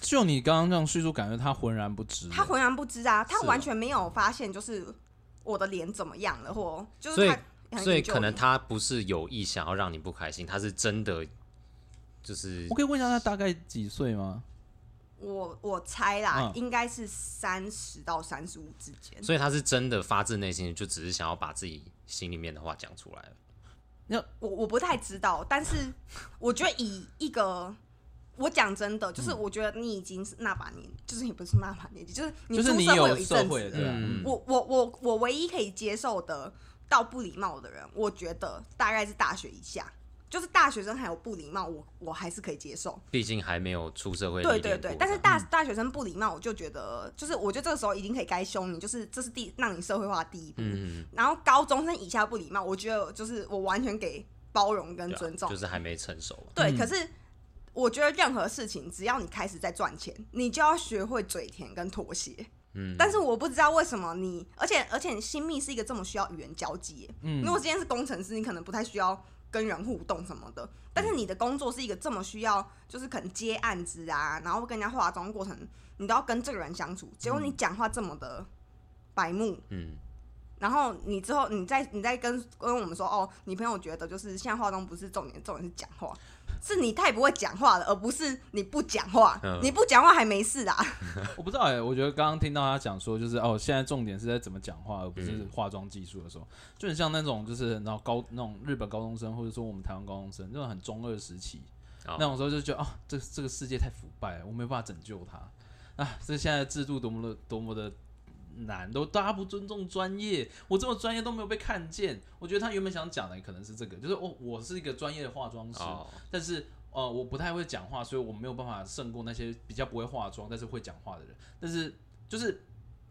就你刚刚这样叙述，感觉他浑然不知。欸他浑然不知啊，他是啊完全没有发现就是我的脸怎么样了，或就所是以他很所以 enjoy 可能他不是有意想要让你不开心，他是真的就是我可以问一下他大概几岁吗？我我猜啦，嗯应该是三十到三十五之间。所以他是真的发自内心地就只是想要把自己心里面的话讲出来了。我我不太知道，但是我觉得以一个，我讲真的，就是我觉得你已经是那把年，就是也不是那把年纪，就是你就出是你社会有一社阵会子了，对啊，嗯嗯我我我我唯一可以接受的到不礼貌的人，我觉得大概是大学以下，就是大学生还有不礼貌，我我还是可以接受。毕竟还没有出社会历对练对过对这，但是样大大学生不礼貌，我就觉得就是我觉得这个时候已经可以该凶你，就是这是第让你社会化的第一步。嗯，然后高中生以下不礼貌，我觉得就是我完全给包容跟对啊尊重，就是还没成熟啊嘛。对，嗯可是我觉得任何事情，只要你开始在赚钱，你就要学会嘴甜跟妥协。嗯，但是我不知道为什么你，而且而且新密是一个这么需要语言交际耶，嗯如果今天是工程师，你可能不太需要跟人互动什么的，但是你的工作是一个这么需要，就是可能接案子啊，然后跟人家化妆过程，你都要跟这个人相处，结果你讲话这么的白目，嗯，然后你之后你再你再跟跟我们说哦，你朋友觉得就是现在化妆不是重点，重点是讲话，是你太不会讲话了，而不是你不讲话，嗯你不讲话还没事啊。我不知道哎、我觉得刚刚听到他讲说，就是哦，现在重点是在怎么讲话，而不是嗯化妆技术的时候，就很像那种就是然后高那种日本高中生，或者说我们台湾高中生，那种很中二时期，哦那种时候就觉得哦，这这个世界太腐败了，我没有办法拯救它啊，这现在的制度多么的多么的。难都大家不尊重专业，我这么专业都没有被看见。我觉得他原本想讲的可能是这个，就是哦，我是一个专业的化妆师，哦，但是呃，我不太会讲话，所以我没有办法胜过那些比较不会化妆但是会讲话的人。但是就是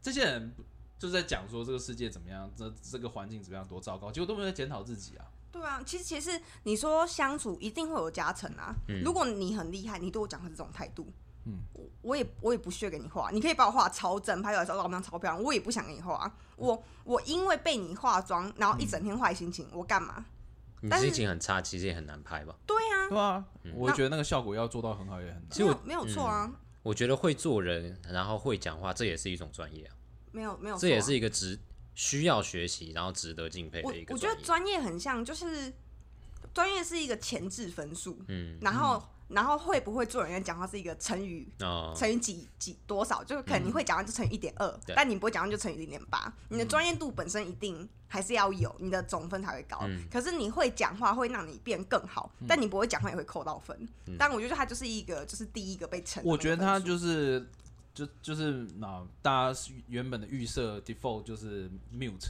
这些人就是在讲说这个世界怎么样，这这个环境怎么样多糟啊糕，结果都没有在检讨自己啊。对啊，其实其实你说相处一定会有加成啊。嗯如果你很厉害，你对我讲话是这种态度，嗯我，我也我也不屑给你画，你可以把我画超正，拍出来说老娘哦超漂亮，我也不想给你画。我我因为被你化妆，然后一整天坏心情，我干嘛？你但是心情很差，其实也很难拍吧。对啊，对啊，我觉得那个效果要做到很好也很难。其实我嗯没有没有错啊，我觉得会做人，然后会讲话，这也是一种专业啊，没有没有错啊、这也是一个值需要学习，然后值得敬佩我的一个我觉专得业。专业很像，就是专业是一个前置分数，嗯，然后然后会不会做人员讲话是一个成语哦，乘以几几多少，就是可能你会讲话就乘以一点二嗯对，嗯但你不会讲话就乘以零点八。你的专业度本身一定还是要有，你的总分才会高。嗯可是你会讲话会让你变更好，但你不会讲话也会扣到分。嗯但我觉得它就是一个，就是第一个被称。我觉得他它就是就就是啊，大家原本的预设 default 就是 [laughs] mute，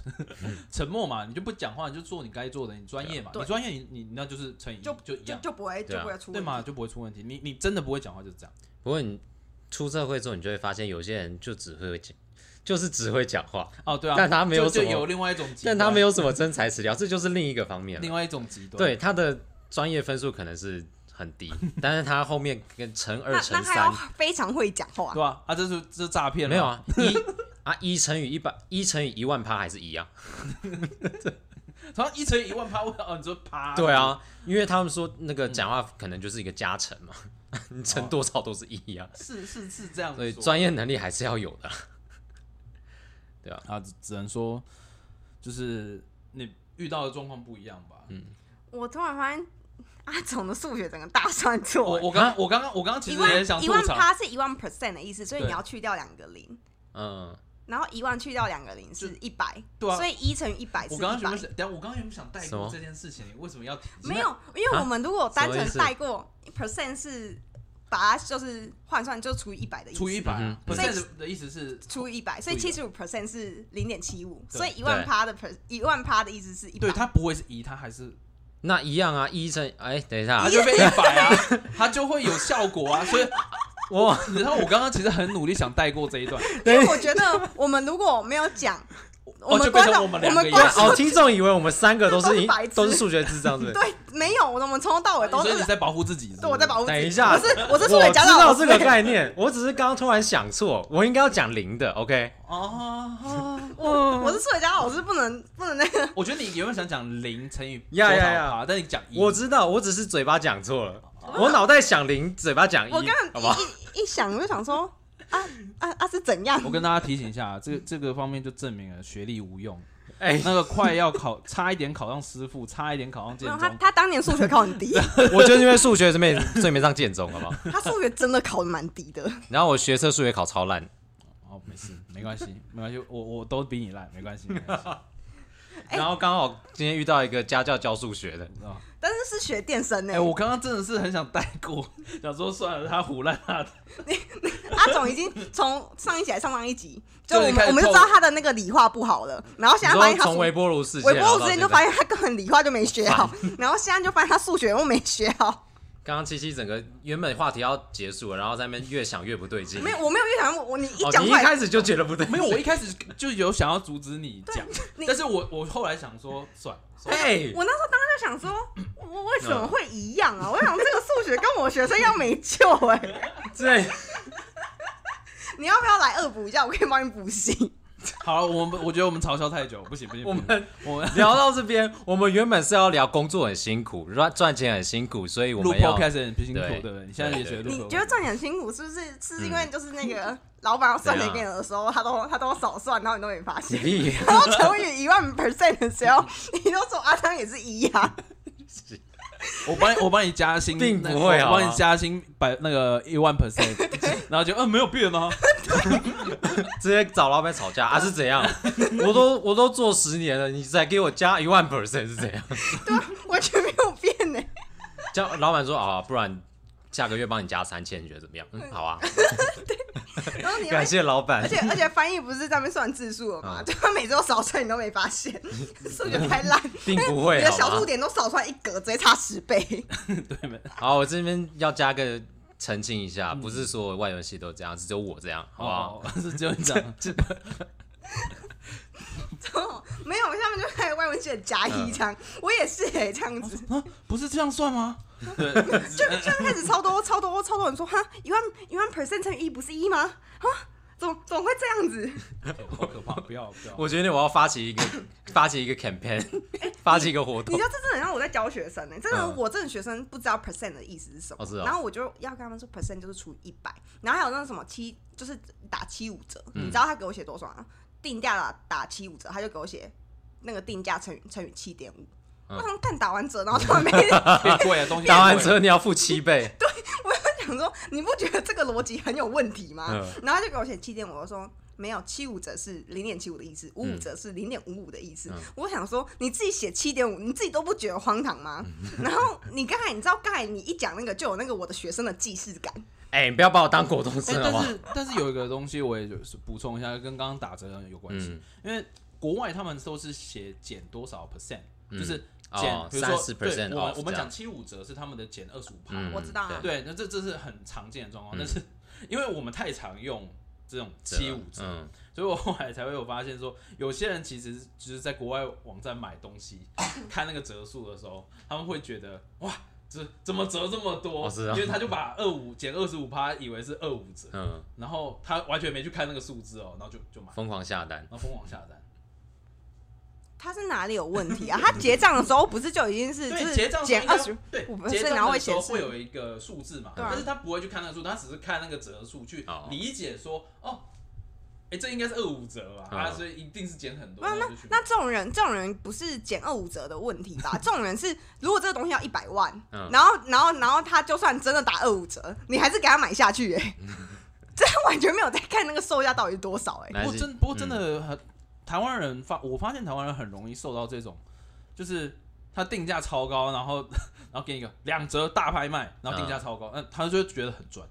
沉默嘛，你就不讲话，你就做你该做的，你专业嘛，对你专业你你那就是乘以一就就一就样，就不会对就啊不会出对问嘛，题？就不会出问题。你你真的不会讲话就是这样，不过你出社会之后，你就会发现有些人就只会讲，就是只会讲话，哦，对啊，但他没有就就什么有另外一种极端，但他没有什么真材实料，这就是另一个方面了。另外一种极端，对，他的专业分数可能是很 [laughs] 低，但是他后面跟乘那二那乘他要三非常会讲话对，吧？啊，这是这是诈骗了，没有啊，一啊一乘以一百一乘以一万趴还是一样。然后一乘以一万趴，我哦，你说趴？对，啊，因为他们说那个讲话可能就是一个加成嘛， [laughs] 你乘多少都是一啊，是是是这样所以子说，专业能力还是要有的。啊，只只能说就是你遇到的状况不一样吧。嗯我突然发现阿总的数学整个大算错我欸。我啊刚我刚刚我刚刚其一实也想万一吐万槽，趴是一万 percent 的意思，所以对你要去掉两个零，嗯，然后一万去掉两个零是一百，对啊所以一乘以一百是我一刚刚原百本。想，等一下我刚刚原本想带什过么这件事情，为什么要提及？没有，因为啊我们如果单什么意纯思带过 percent 是把它就是换算就除以一百的意思，除以一百啊嗯哼，percent 的的意思是除以一百，所以七十五 percent 是零点七五，对所以一万趴的 per 一万趴的意思是一对百。它不会是一，它还是那一样啊，一乘哎，等一下它啊，就变一百 [laughs] 啊，它就会有效果啊。所以，我然后我刚刚其实很努力想带过这一段，因为我觉得我们如果没有讲，我 [laughs] 哦，就变们观成众我们两个们一对样观啊哦，听众以为我们三个都都是是白痴都是数学智障，对不 [laughs] 对？对没有，我们从头到尾都所以你是在保护自己是不是，对我在保护自己。等一下我是我是数我学知家长，道我这是个概念，我只是刚刚突然想错，我应该要讲零的，OK？ [laughs] 哦。我我是数学家长，我是不能不能那个。我觉得你原本想讲零乘 [laughs] 以呀呀多少呀趴但你讲一，我知道，我只是嘴巴讲错了，我脑袋想零，嘴巴讲一，哦我刚好不好刚？一一一想我就想说啊啊啊是怎样？我跟大家提醒一下，这个这个方面就证明了学历无用。哎，那个快要考，差一点考上师傅，差一点考上没建有他中，他当年数学考很低。我就是因为数学是没所以没上建中，好不好？他数学真的考的蛮低的，然后我学测数学考超烂，哦，没事，没关系，没关系，我我都比你烂，没关系，没关系。哎然后刚好今天遇到一个家教教数学的， [laughs] 啊但是是学电声呢、哎、我刚刚真的是很想带过，想说算了，他胡乱他的。阿总已经从上一集还上上一集，就就我已经开们始我们就透知道他的那个理化不好了，然后你现在发说现他从数微波炉事件，微波然炉后之间到现在就发现他根本理化就没学好，然后现在就发现他数学又没学好。刚刚七七整个原本话题要结束了，然后在那边越想越不对劲。没有，我没有预想我我你一哦，讲你出一来，开始就觉得不对，没有，我一开始就有想要阻止你讲，你但是我我后来想说，算了，算了哎，我那时候当时就想说，我为嗯什么会一样啊？我想这个数学跟我学生要没救哎、对，你要不要来恶补一下？我可以帮你补习。好了，我们我觉得我们嘲笑太久，不行不行，我不行们我们聊到这边，我们原本是要聊工作很辛苦，赚赚钱很辛苦，所以我录们要 [laughs] podcast 很辛苦，对对不对？你现在也觉得录 [laughs] 你嗯 podcast 觉得赚钱辛苦是不是？是因为就是那个 [laughs] 老板要算钱给你的时候，他都他都少算，然后你都没发 [laughs] 现。你然后乘以一万 percent 的时候，你都说阿汤也是一呀、我帮你，我帮你加薪，并不那个会啊好我吗帮你加薪百那个一万 percent，然 [laughs] 后就嗯没有变啊，直接找老板吵架啊？是怎样？我都我都做十年了，你再给我加一万 percent 是怎样？完全没有变 [laughs] 呢、这样老板说啊，不然下个月帮你加三千，你觉得怎么样？嗯，好啊，然后你感会，谢老板而且。而且翻译不是在那边算字数了吗？嗯就他每次都少算，你都没发 [laughs] 现，数学啊太烂，并不会你的小好吗数点都少出来一格，直接差十倍。 [laughs] 对没？好，我这边要加个澄清一下，不是所有外文系都这样，只有我这样，好不好？哦，是只有你这样，没有，他们就开始外文系的加一这样，我也是哎、这样子。啊，不是这样算吗？ [laughs] 对，就就开始超多超多超多人说哈，一万一万 percent 乘以一不是一吗？啊，怎么怎么会这样子？好可怕，不要不要。 [laughs] 我决定我要发起一个发起一个 campaign，发 [laughs] 起一个活你动知。道这真的很像我在教学生呢、欸真的嗯我真的学生不知道 percent 的意思是什么，哦是哦然后我就要跟他们说 percent 就是除以一百，然后还有那个什么七就是打七五折，嗯你知道他给我写多少吗？定价打打七五折，他就给我写那个定价乘以乘以七点五。嗯我想干打完折，然后突然没我变贵啊， [laughs] 东西打完变贵折你要付七 [laughs] 倍，想说，你不觉得这个逻辑很有问题吗？嗯然后他就给我写七点五，我就说没有，七五折是零点七五的意嗯思，五五折是零点五五的意思。嗯我想说，你自己写七点五，你自己都不觉得荒唐吗？嗯然后你刚才你知道，刚才你一讲那个，就有那个我的学生的既视感。哎、你不要把我当果冻哎吃好不但好？是但是有一个东西我也就是补充一下，跟刚刚打折有关系，嗯因为国外他们都是写减多少 percent，、嗯就是哦减，比如说30%对，我 off 们我们这样讲七五折是他们的减二十五趴，嗯我知道啊对，那这这是很常见的状况，嗯但是因为我们太常用这种七五折，嗯，所以我后来才会有发现说，有些人其实就是在国外网站买东西，看那个折数的时候，他们会觉得哇。这怎么折这么多？哦是啊因为他就把二五减二十五趴，以为是二五折，嗯，然后他完全没去看那个数字哦，然后就就买，疯狂下单然，后疯狂下单。他是哪里有问题啊？他结账的时候不是就已经是就对，是结账的时候减应该二十，对我，不是结账然后会的时候显示会有一个数字嘛，对啊但是他不会去看那个数，他只是看那个折数去哦理解说，哦，哎，这应该是二五折吧，嗯啊，所以一定是减很多。没有哦然后就去买那这种人，这种人不是减二五折的问题吧？这种人是，如果这个东西要一百万，嗯然后然后然后他就算真的打二五折，你还是给他买下去、欸，哎，这完全没有在看那个售价到底是多少、欸，哎，那不过是真不过真的很，台湾人发我发现台湾人很容易受到这种，就是他定价超高，然后然后给你一个两折大拍卖，然后定价超高，那、他就会觉得很赚，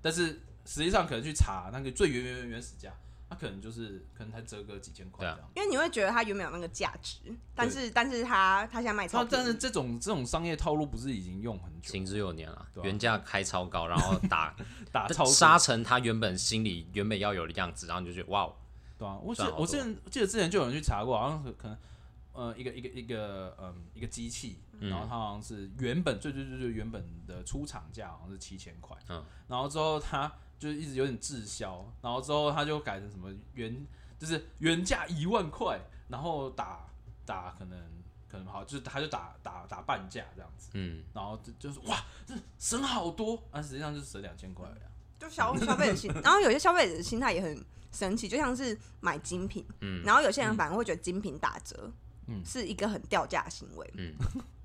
但是实际上可能去查那个最原原原原始价，他可能就是可能才折个几千块对这啊样。因为你会觉得它原本有那个价值，但是但是他他现在卖他超便但宜，是这种这种商业套路不是已经用很久，行之有年了，对啊原价开超高，然后打打 [laughs] 超杀成他原本心里原本要有的样子，然后你就觉得哇哦，对啊，我记赚好我多之前记得之前就有人去查过，好像是可能呃一个一个一个嗯一个机器，嗯然后它好像是原本最最最最原本的出厂价好像是七千块，嗯，然后之后它就一直有点滞销，然后之后它就改成什么原就是原价一万块，然后打打可能可能好就是它就打打打半价这样子，嗯，然后就就是哇这省好多，啊实际上就是省两千块而已啊。就消消费者心，然后有些消费者的心态也很神奇，就像是买精品，嗯然后有些人反而会觉得精品打折，嗯是一个很掉价的行为，嗯，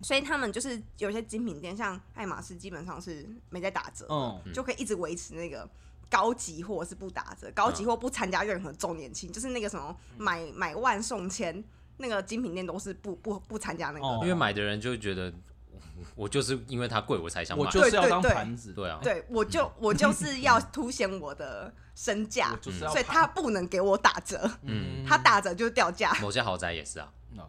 所以他们就是有些精品店，像爱马仕基本上是没在打折，嗯，就可以一直维持那个高级货是不打折，高级货不参加任何周年庆，就是那个什么买买万送千，那个精品店都是不不不参加那个。哦因为买的人就会觉得我我就是因为它贵我才想买我，就是要对对当对盘子，对啊，对，我就我就是要凸显我的身价我，就是要所以盘他不能给我打折，嗯他打折就掉价。某些豪宅也是啊，啊，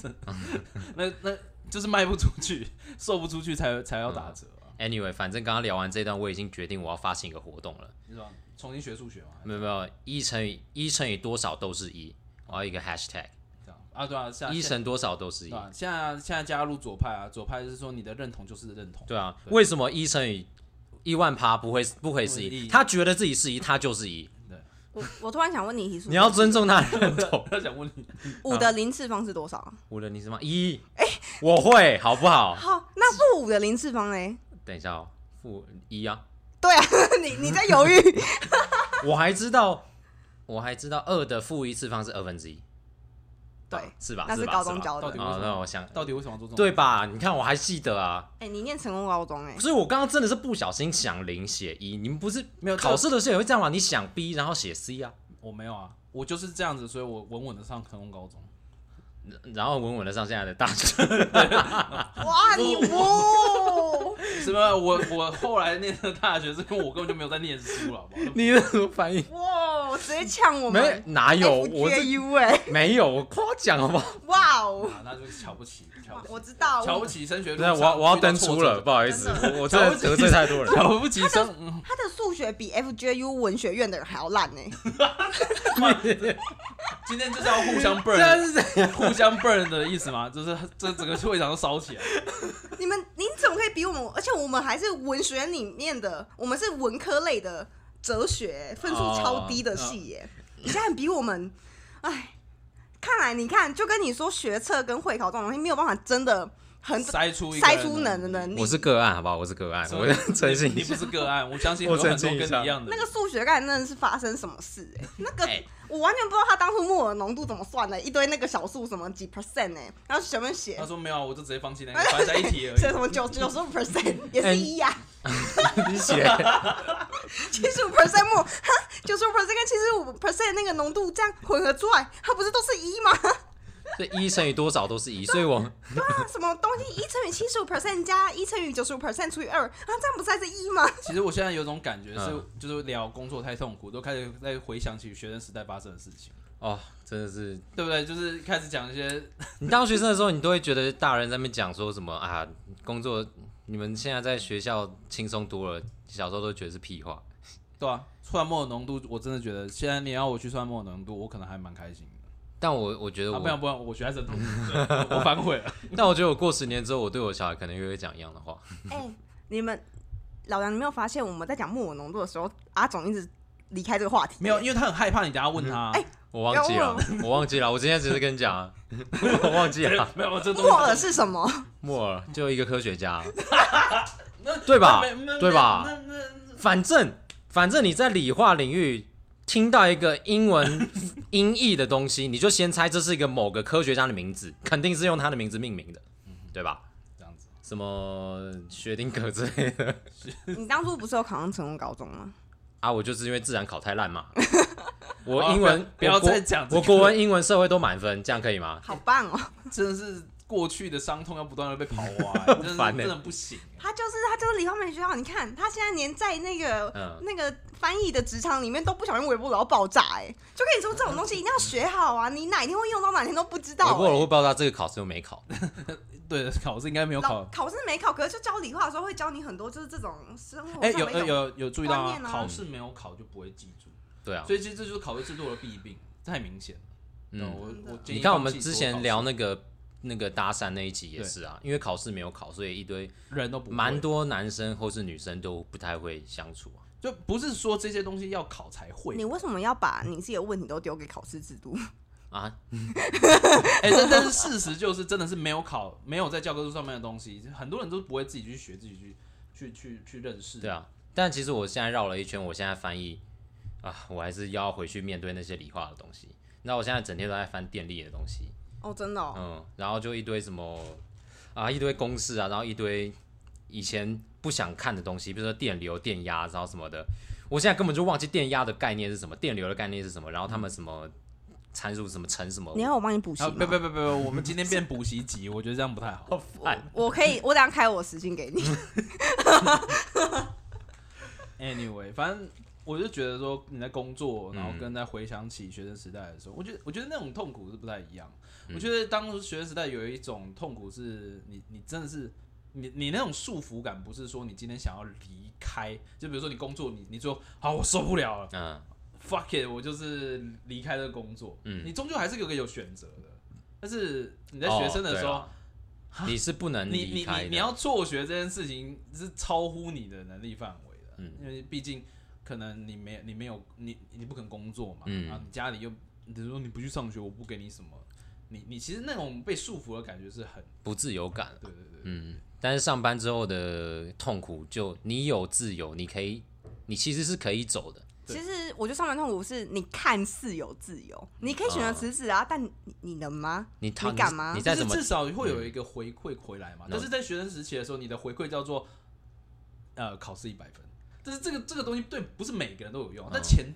[laughs] 那那就是卖不出去，售不出去才才要打折啊。 Anyway，反正刚刚聊完这段，我已经决定我要发行一个活动了。你知道重新学数学嘛？没有没有，一乘以一乘以多少都是一，我要一个 hashtag，这样啊，对啊，现在一乘多少都是对一。吧？现在现在加入左派啊，左派就是说你的认同就是认同， [laughs] 对啊，为什么一乘以一万趴不会不会是不会是一？一他觉得自己是一，他就是一。我我突然想问你一题，你要尊重他的认 [laughs]。同他想问你，五的零次方是多少啊？无论你什么一，我会好不好？好，那负五的零次方嘞？等一下哦，负一啊，对啊， [laughs] 你你在犹豫？我还知道，我还知道二的负一次方是二分之一，对，是吧？那是吧高中吧教到的底。为哦什，那么？我想到底为什么要做这种？对吧？你看我还记得啊。哎、你念成功高中哎、所以我刚刚真的是不小心想零写一，你们不是没有考试的时候也会这样吗？你想 B 然后写 C 啊，我没有啊，我就是这样子，所以我稳稳的上成功高中。 [laughs] 然后稳稳的上现在的大学。哇，你哇！是吧？我我后来念的大学是跟我根本就没有在念书了，好不好？ [laughs] 你那什么反应？哇，直接呛我没们。哪有我这 U 哎、没有我夸奖好不好？哇哦！啊，那就是瞧不起，瞧不起我知道，哦瞧不我起升学路 [laughs] 上。那我 [laughs] 要我要遇到登挫出折了，不好意思，真我我真 [laughs] 的得罪太多人。瞧不起生，嗯他的数学比 FJU 文学院的人还要烂呢、 [laughs] 今天就是要互相这样 burn，是 [laughs] 怎样？啊互相 burn 的意思吗？就是这整个会场都烧起来，你们你怎么可以比我们？而且我们还是文学里面的，我们是文科类的哲学，分数超低的系耶、你现在比我们，哎，看来你看，就跟你说学测跟会考这种东西没有办法真的很筛出一个筛人出能的能力我。是个案，好不好？我是个案，所我以诚信你一不下。是个案，我相信我有很澄多清一跟下你一样的那个数学概念真的是发生什么事、欸？那个、哎我完全不知道他当初木耳浓度怎么算的，一堆那个小数什么几 percent 哎、然后前面写他说没有啊，我就直接放弃那 [laughs] 个，反正才一题而写已。什么九九十五 percent 也是一呀、你 [laughs] 写七十五 percent 木，哈，九十五 percent 跟七十五 percent 那个浓度这样混合出来，它不是都是一吗？ [laughs] 这一乘以多少都是一，所以我对啊，什么东西一乘以七十五 percent 加一乘以九十五 percent 除以二，啊，这样不是还是 [laughs] 一吗？其实我现在有种感觉是嗯，就是聊工作太痛苦，都开始在回想起学生时代发生的事情，哦，真的是对不对？就是开始讲一些 [laughs] 你当学生的时候，你都会觉得大人在那边讲说什么啊，工作你们现在在学校轻松多了，小时候都觉得是屁话。对啊，蒜末的浓度，我真的觉得现在你要我去蒜末的浓度，我可能还蛮开心的。但我我觉得啊，我，不然不然，我觉得还是很痛苦的，我反悔 [laughs] 了。但我觉得我过十年之后，我对我小孩可能又会讲一样的话。哎、你们老杨，你没有发现我们在讲木耳浓度的时候，阿总一直离开这个话题？没有，因为他很害怕你等下问他。啊哎我忘记 [laughs] 了，哦我忘记了，我今天只是跟你讲、 [laughs] 啊，我忘记了， [laughs] 没有，这木耳是什么？ [laughs] 莫尔就一个科学家、对吧对吧？反正反正你在理化领域听到一个英文 [laughs] 音译的东西，你就先猜这是一个某个科学家的名字，肯定是用他的名字命名的，对吧？这样子，什么薛定谔之类的 [laughs] 你当初不是有考上成功高中吗？哎啊？我就是因为自然考太 [laughs] 烂嘛，好我啊英文不要我国不要再讲这个我国文、英文、社会都满分，这样可以吗？好棒哦！真的是过去的伤痛要不断的被刨 [laughs] 挖，哎真的是烦欸真的不行。哎他就是他就是理化美学校，你看他现在连在那个、 [laughs] 嗯那个翻译的职场里面都不小心微波炉要爆炸、哎，就跟你说这种东西一定要学好啊，你哪一天会用到，哪天都不知道、我欸不我哎会不知道这个考试又没考，对，考试应该没有老考。考试没考，可是就教理化的时候会教你很多，就是这种生活哎，上有的一呃种。有有注意到观啊念，啊考试没有考就不会记住，对啊所，以其实这就是考试制度的弊病，太明显了。嗯。我我建议你看我放们弃所之有考前试聊那个那个搭讪那一集也是啊，因为考试没有考，所以一堆人都不会蛮多男生或是女生都不太会相处啊。就不是说这些东西要考才会你，为什么要把你自己的问题都丢给考试制 [laughs] 度？啊，哎、但但是事实就是真的是没有考，没有在教科书上面的东西，很多人都不会自己去学，自己去去去去认识。对，啊，但其实我现在绕了一圈，我现在翻译啊，我还是要回去面对那些理化的东西。那我现在整天都在翻电力的东西，哦，真的、哦，嗯，然后就一堆什么啊，一堆公式啊，然后一堆以前不想看的东西，比如说电流、电压，然后什么的。我现在根本就忘记电压的概念是什么，电流的概念是什么，然后他们什么参数什么乘什么。你要我帮你补习啊，吗？不不不不，我们今天变补习集，我觉得这样不太好。哦我可以，我等下开我时薪给你。 [laughs] 嗯 [laughs] Anyway，反正我就觉得说你在工作，然后嗯跟在回想起学生时代的时候，我觉得我觉得那种痛苦是不太一样。嗯我觉得当时学生时代有一种痛苦是你你真的是。你你那种束缚感，不是说你今天想要离开，就比如说你工作，你你说好我受不了了，嗯， fuck it，我就是离开这个工作。嗯你终究还是有个有选择的，但是你在学生的时候，哦对啊你是不能你你离开你的你要辍学这件事情是超乎你的能力范围的，嗯因为毕竟可能你没你没有你你不肯工作嘛，嗯然后你家里又你说你不去上学，我不给你什么。你你其实那种被束缚的感觉是很不自由感。对对对，嗯，但是上班之后的痛苦，就你有自由，你可以，你其实是可以走的。对其实我觉得上班痛苦是你看似有自由，你可以选择辞职啊，但你你能吗？你他你敢吗你再但怎啊是么至少会有一个回馈回来嘛。嗯但是在学生时期的时候，你的回馈叫做呃考试一百分，但是这个这个东西对不是每个人都有嗯用，但钱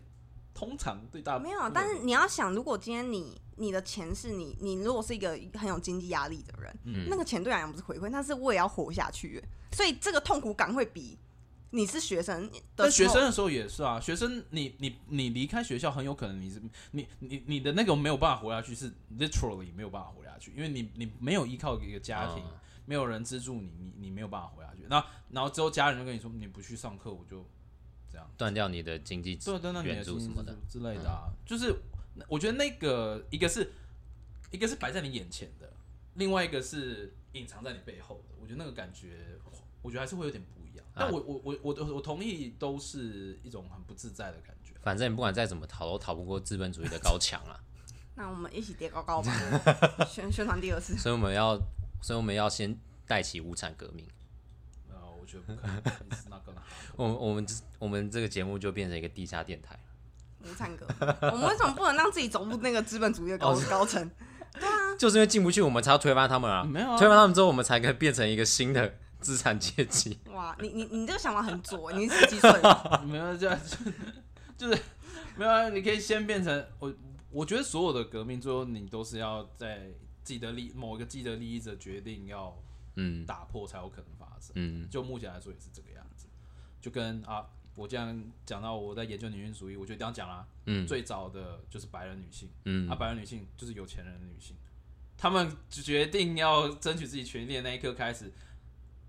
通常对大部没分有啊，但是你要想，如果今天你你的钱是你你如果是一个很有经济压力的人，嗯那个钱对来讲不是回馈，但是我也要活下去耶，所以这个痛苦感会比你是学生的但时学候生的时候也是啊，学生你你你离开学校，很有可能你是你你你的那个没有办法活下去，是 literally 没有办法活下去，因为你你没有依靠一个家庭，嗯没有人资助你，你你没有办法活下去。然后然后之后家人就跟你说，你不去上课，我就这样。断掉你的经济对啊，对啊，那你援的助经济什么支的，嗯柱之类的啊，就是那我觉得那个一个是一个是摆在你眼前的，另外一个是隐藏在你背后的。我觉得那个感觉，我觉得还是会有点不一样。啊但我我我我我我同意，都是一种很不自在的感觉。反正你不管再怎么逃，都逃不过资本主义的高墙啊。那我们一起叠高高吧，宣宣传第二次。所以我们要，所以我们要先带起无产革命。啊，我觉得不可能，It's not gonna happen。我们我们这我们这个节目就变成一个地下电台。无产哥，我们为什么不能让自己走入那个资本主义的哦 [laughs] 高高层？就是因为进不去，我们才要推翻他们啊！没有啊推翻他们之后，我们才可以变成一个新的资产阶级。哇，你你你这个想法很左，欸你 [laughs] 是几岁？没有这样，就是没有啊。你可以先变成我，我觉得所有的革命最后你都是要在自己的利某一个自己的利益者决定要嗯打破才有可能发生。嗯，就目前来说也是这个样子，就跟啊，我这样讲到我在研究女性主义，我就一定要讲啦。嗯最早的就是白人女性，嗯啊，白人女性就是有钱人的女性，她们决定要争取自己权利的那一刻开始，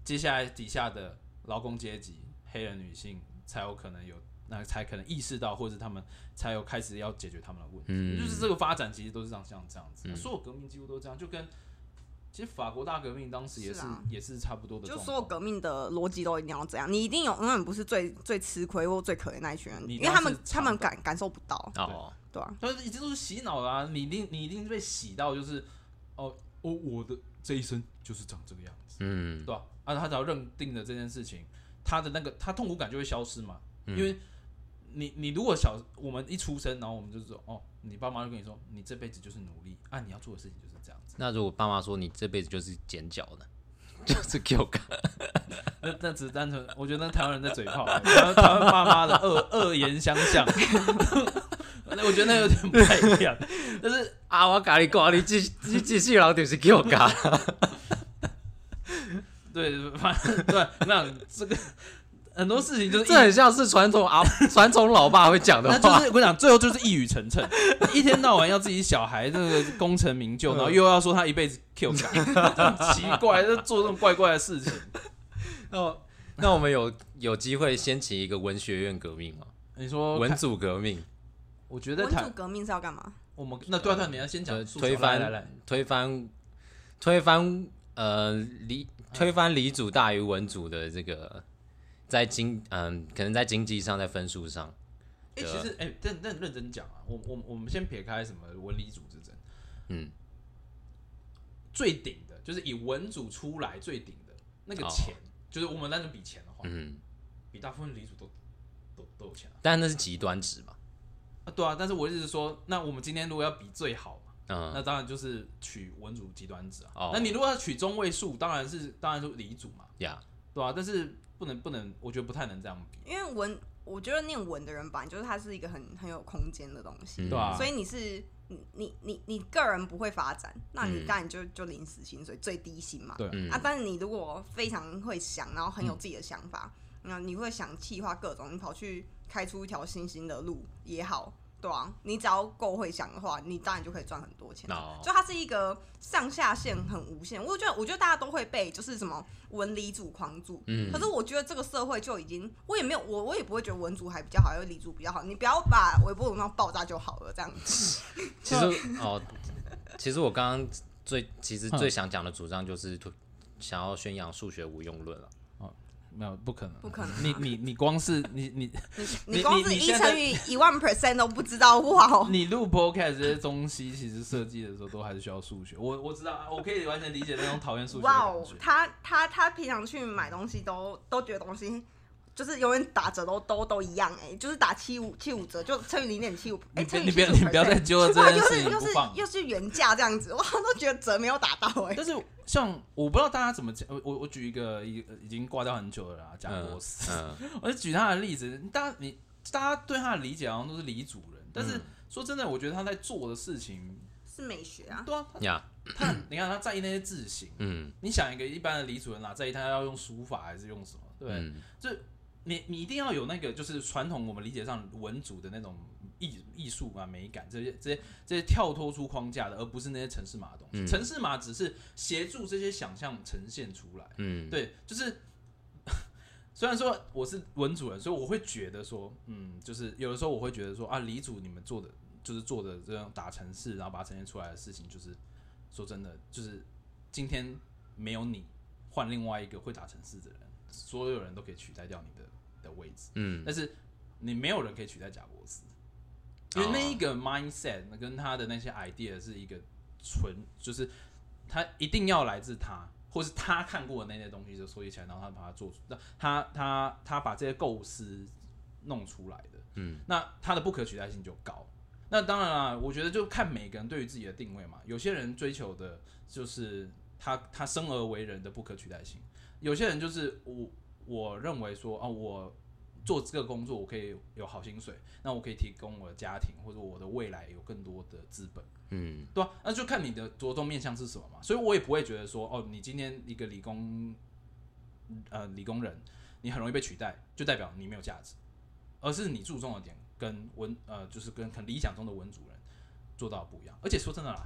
接下来底下的劳工阶级、黑人女性才有可能有，那才可能意识到，或者他们才有开始要解决他们的问题。嗯就是这个发展其实都是像像这样子，所有革命几乎都这样，就跟。其实法国大革命当时也是是啊也是差不多的就状况，所有革命的逻辑都一定要这样，你一定有永远不是最最吃亏或最可怜那一群人，你一因为定要他们是他们尝到感感受不到，哦，对吧、但是已经都是洗脑啦、你一定你一定被洗到，就是哦哦，我的这一生就是长这个样子，嗯对吧、啊？他只要认定了这件事情，他的那个他痛苦感就会消失嘛，嗯因为你你如果小我们一出生，然后我们就说哦，你爸妈就跟你说，你这辈子就是努力啊，你要做的事情就是这样子，那如果爸妈说你这辈子就是剪脚的，就是给我看，那那只是单纯，我觉得那台湾人在嘴炮、台湾台湾爸妈的恶恶言相向。 [laughs] 那我觉得那有点不太一样，但是啊，我跟你讲，你继你继续老就是给我 [laughs] 看。对，反正对，那这个很多事情就是这一，很像是传统啊，传统老爸会讲 [laughs] 的那话。就是我跟你讲，最后就是一语成谶， [laughs] 一天到晚要自己小孩那个功成名就，然后又要说他一辈子 Q [laughs] 感，很奇怪，就做这种怪怪的 [laughs] 事情。哦那 [laughs] 那我们有有机会掀起一个文学院革命吗？你说文看，组革命，我觉得文主台革命是要干嘛？我们那对啊对啊，你要先讲呃诉求推来来来翻，推翻推翻呃李推翻李主大于文主的这个在经嗯、可能在经济上在分数上，哎、对啊其实哎、但但认真讲啊，我我我们先撇开什么文理组之争，嗯，最顶的就是以文组出来最顶的那个哦钱，就是我们那种比钱的话，嗯，比大部分理组都都都有钱啊。但那是极端值吧，啊，对啊，但是我一直说，那我们今天如果要比最好嘛，那嗯，当然就是取文组极端值啊。哦那你如果要取中位数，当然是当然是理组嘛，呀，对啊，但是不能不能，我觉得不太能这样比，因为文，我觉得念文的人吧，就是他是一个很很有空间的东西，嗯对啊。所以你是你你你你个人不会发展，那你嗯当然就就领死薪水最低薪嘛。对嗯嗯啊，但是你如果非常会想，然后很有自己的想法，那、你会想计划各种，你跑去开出一条新兴的路也好，对啊，你只要够会想的话，你当然就可以赚很多钱。哦就它是一个上下限很无限，我觉得我觉得大家都会被就是什么文理组狂组，嗯可是我觉得这个社会就已经，我也没有我我也不会觉得文组还比较好，还是理组比较好，你不要把微波炉弄爆炸就好了，这样子。其实哦，其实我刚刚最其实嗯最想讲的主张就是突想要宣扬数学无用论了。没有不可能，不可能啊你你你光是你你你 [laughs] 你光你是你一现在乘以一万 percent 都不知道哇哦！你录 podcast 这些东西，其实设计的时候都还是需要数学。我我知道，啊我可以完全理解那种讨厌数学的哇感哦觉，。他他他平常去买东西都都觉得东西就是永远打折都都都一样哎、就是打七五七五折就乘以零点七五，哎，你别乘以你不要你不75%要再揪着这哇，件又事是情又不是放。又是原价这样子， [laughs] 哇，都觉得折没有打到哎、但是像我不知道大家怎么讲，我我我举一个已已经挂掉很久了啦，贾博士。嗯，我就举他的例子，大家你大家对他的理解好像都是李主人，但是、嗯说真的，我觉得他在做的事情，是美学啊，对啊，呀，他你看他在意那些字形，嗯，你想一个一般的李主人哪在意他要用书法还是用什么，对不对？嗯就你你一定要有那个就是传统我们理解上文组的那种艺艺术啊美感这些这些这些跳脱出框架的，而不是那些城市码的东西。嗯城市码只是协助这些想象呈现出来。嗯，对，就是 [laughs] 虽然说我是文主人，所以我会觉得说，嗯，就是有的时候我会觉得说啊，李主你们做的就是做的这样打城市，然后把它呈现出来的事情，就是说真的，就是今天没有你换另外一个会打城市的人，所有人都可以取代掉你的的位置，嗯但是你没有人可以取代贾博士。因为那一个 mindset 跟他的那些 idea 是一个纯，就是他一定要来自他，或是他看过的那些东西就收集起来，然后他把它做出，那他他他把这些构思弄出来的，嗯，那他的不可取代性就高。那当然啦，我觉得就看每个人对于自己的定位嘛。有些人追求的就是他他生而为人的不可取代性，有些人就是我我认为说啊，我做这个工作我可以有好薪水，那我可以提供我的家庭或者我的未来有更多的资本。嗯，对啊，那就看你的着重面向是什么嘛。所以我也不会觉得说，哦，你今天一个理工，呃，理工人，你很容易被取代，就代表你没有价值，而是你注重的点跟文，呃，就是跟很理想中的文主人做到的不一样。而且说真的啦，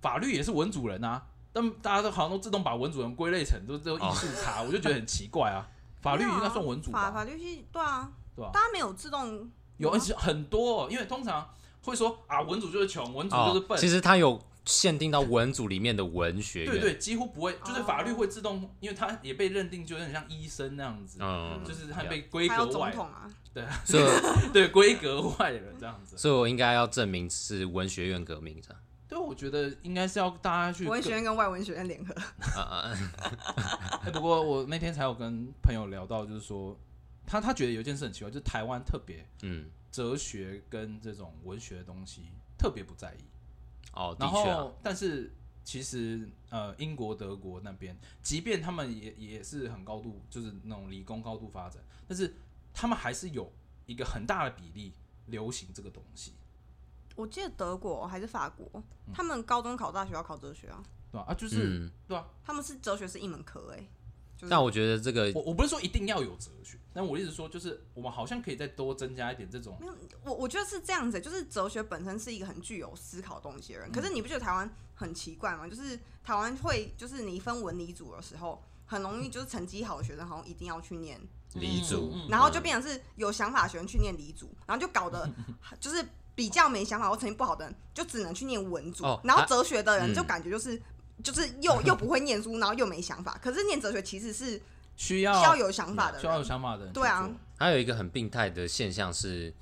法律也是文主人啊，但大家都好像都自动把文主人归类成都都艺术差，我就觉得很奇怪啊。法律没有应啊该算文主法吧？法律系对啊，对吧、大家没有自动有，而且很多哦，因为通常会说啊，文主就是穷，文主就是笨，哦其实它有限定到文组里面的文学院，对对，几乎不会，就是法律哦会自动，因为它也被认定就有点像医生那样子，嗯，就是它被规还有格总外，统啊，所以 [laughs] 对规格外人这样子。所以我应该要证明是文学院革命的，对，我觉得应该是要大家去文学更。院跟外文学院联合，啊哎不过我那天才有跟朋友聊到，就是说他他觉得有一件事很奇怪，就是台湾特别嗯，哲学跟这种文学的东西特别不在意，哦，的然确、啊，后但是其实呃，英国、德国那边，即便他们也也是很高度，就是那种理工高度发展，但是他们还是有一个很大的比例流行这个东西，我记得德国还是法国，嗯他们高中考大学要考哲学啊，对吧、啊？就是、嗯，对吧、他们是哲学是一门课哎、就是但我觉得这个我我不是说一定要有哲学，但我一直说就是我们好像可以再多增加一点这种没有，我我觉得是这样子，就是哲学本身是一个很具有思考东西的人。可是嗯你不觉得台湾很奇怪吗？就是台湾会，就是你分文理组的时候，很容易就是成绩好的学生好像一定要去念，理组，嗯然后就变成是有想法的学生去念理组，然后就 [laughs] 搞得就是比较没想法或成绩不好的人就只能去念文组哦，然后啊哲学的人嗯就感觉就是。就是又又不会念书，然后又没想法。可是念哲学其实是需要需要有想法的需要有人，想法的人去对啊做还有一个很病态的现象是，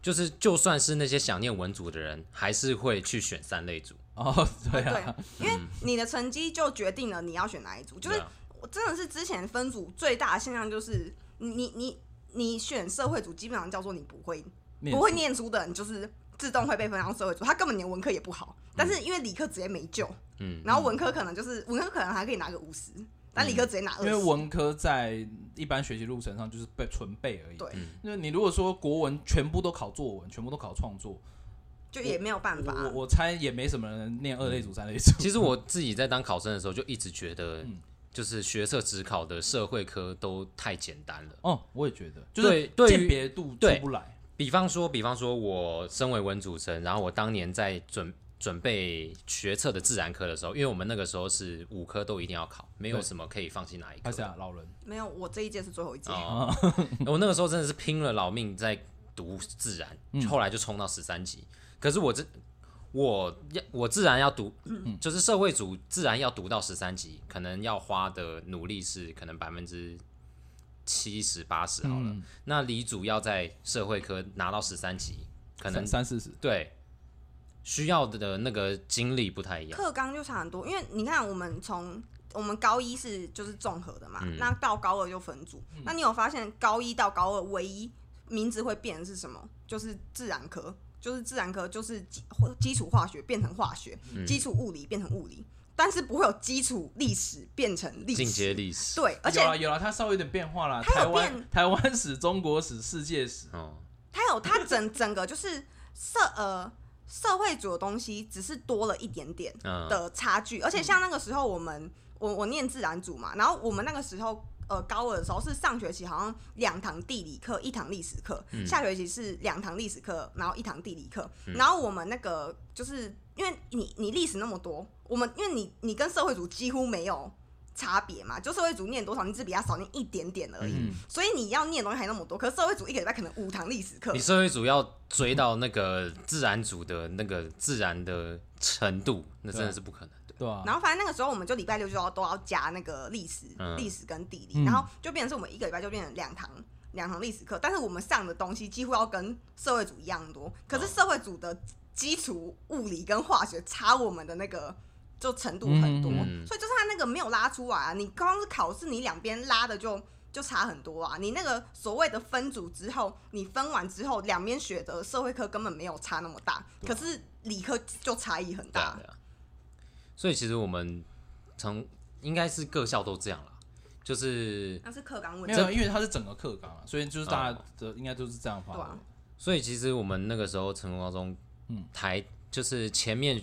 就是就算是那些想念文组的人，还是会去选三类组。 [laughs] 哦，对啊，对，因为你的成绩就决定了你要选哪一组。就是对啊我真的是之前分组最大的现象就是你你你你选社会组，基本上叫做你不会念不会书念书的人，就是自动会被分到社会组。他根本连文科也不好，嗯但是因为理科直接没救，嗯，然后文科可能就是文科可能还可以拿个五十，但理科直接拿二嗯因为十。文科在一般学习路程上就是背纯背而已。对，那你如果说国文全部都考作文，全部都考创作，就也没有办法我。我我猜也没什么人念二类组、三类组。其实我自己在当考生的时候，就一直觉得嗯，就是学测只考的社会科都太简单了。哦，我也觉得，就是对对于鉴别度出对不来。比方说，比方说，我身为文组生，然后我当年在准准备学测的自然科的时候，因为我们那个时候是五科都一定要考，没有对什么可以放弃哪一还科是。啊，老人没有，我这一届是最后一届。哦，我那个时候真的是拼了老命在读自然，嗯后来就冲到十三级。可是我这我要我自然要读，嗯就是社会组自然要读到十三级，可能要花的努力是可能百分之七十八十好了。嗯那理组要在社会科拿到十三级，可能三三四十，对需要的那个精力不太一样。课纲就差很多，因为你看我们从我们高一是就是综合的嘛，嗯那到高二就分组。那你有发现高一到高二唯一名字会变的是什么？就是自然科，就是自然科就是基基础化学变成化学，嗯基础物理变成物理，但是不会有基础历史变成历进阶史。历史，对，而且有了啊有了，它稍微有点变化啦。它台有变湾台湾史、中国史、世界史，哦，它有它整整个就是社呃社会组的东西，只是多了一点点嗯的差距。而且像那个时候我们我我念自然组嘛，然后我们那个时候呃高二的时候是上学期好像两堂地理课，一堂历史课，下学期是两堂历史课，然后一堂地理课。然后我们那个就是因为你你历史那么多，我们因为你你跟社会组几乎没有。差别嘛，就社会组念多少，你只比他少念一点点而已，嗯所以你要念的东西还那么多。可是社会组一个礼拜可能五堂历史课，你社会组要追到那个自然组的那个自然的程度，那真的是不可能。对啊吧？然后反正那个时候我们就礼拜六就要都要加那个历史、嗯历史跟地嗯理，然后就变成是我们一个礼拜就变成两堂两堂历史课，但是我们上的东西几乎要跟社会组嗯一样多，可是社会组的基础物理跟化学差我们的那个就程度很多，嗯嗯所以就是他那个没有拉出来啊。你光是考试，你两边拉的就就差很多啊。你那个所谓的分组之后，你分完之后，两边学的社会科根本没有差那么大，可是理科就差异很啊对啊大。对啊。所以其实我们从应该是各校都这样啦，就是那是课纲问没题，有，因为它是整个课纲啊，所以就是大哦家的应该都是这样发对啊的。所以其实我们那个时候成功高中，嗯台就是前面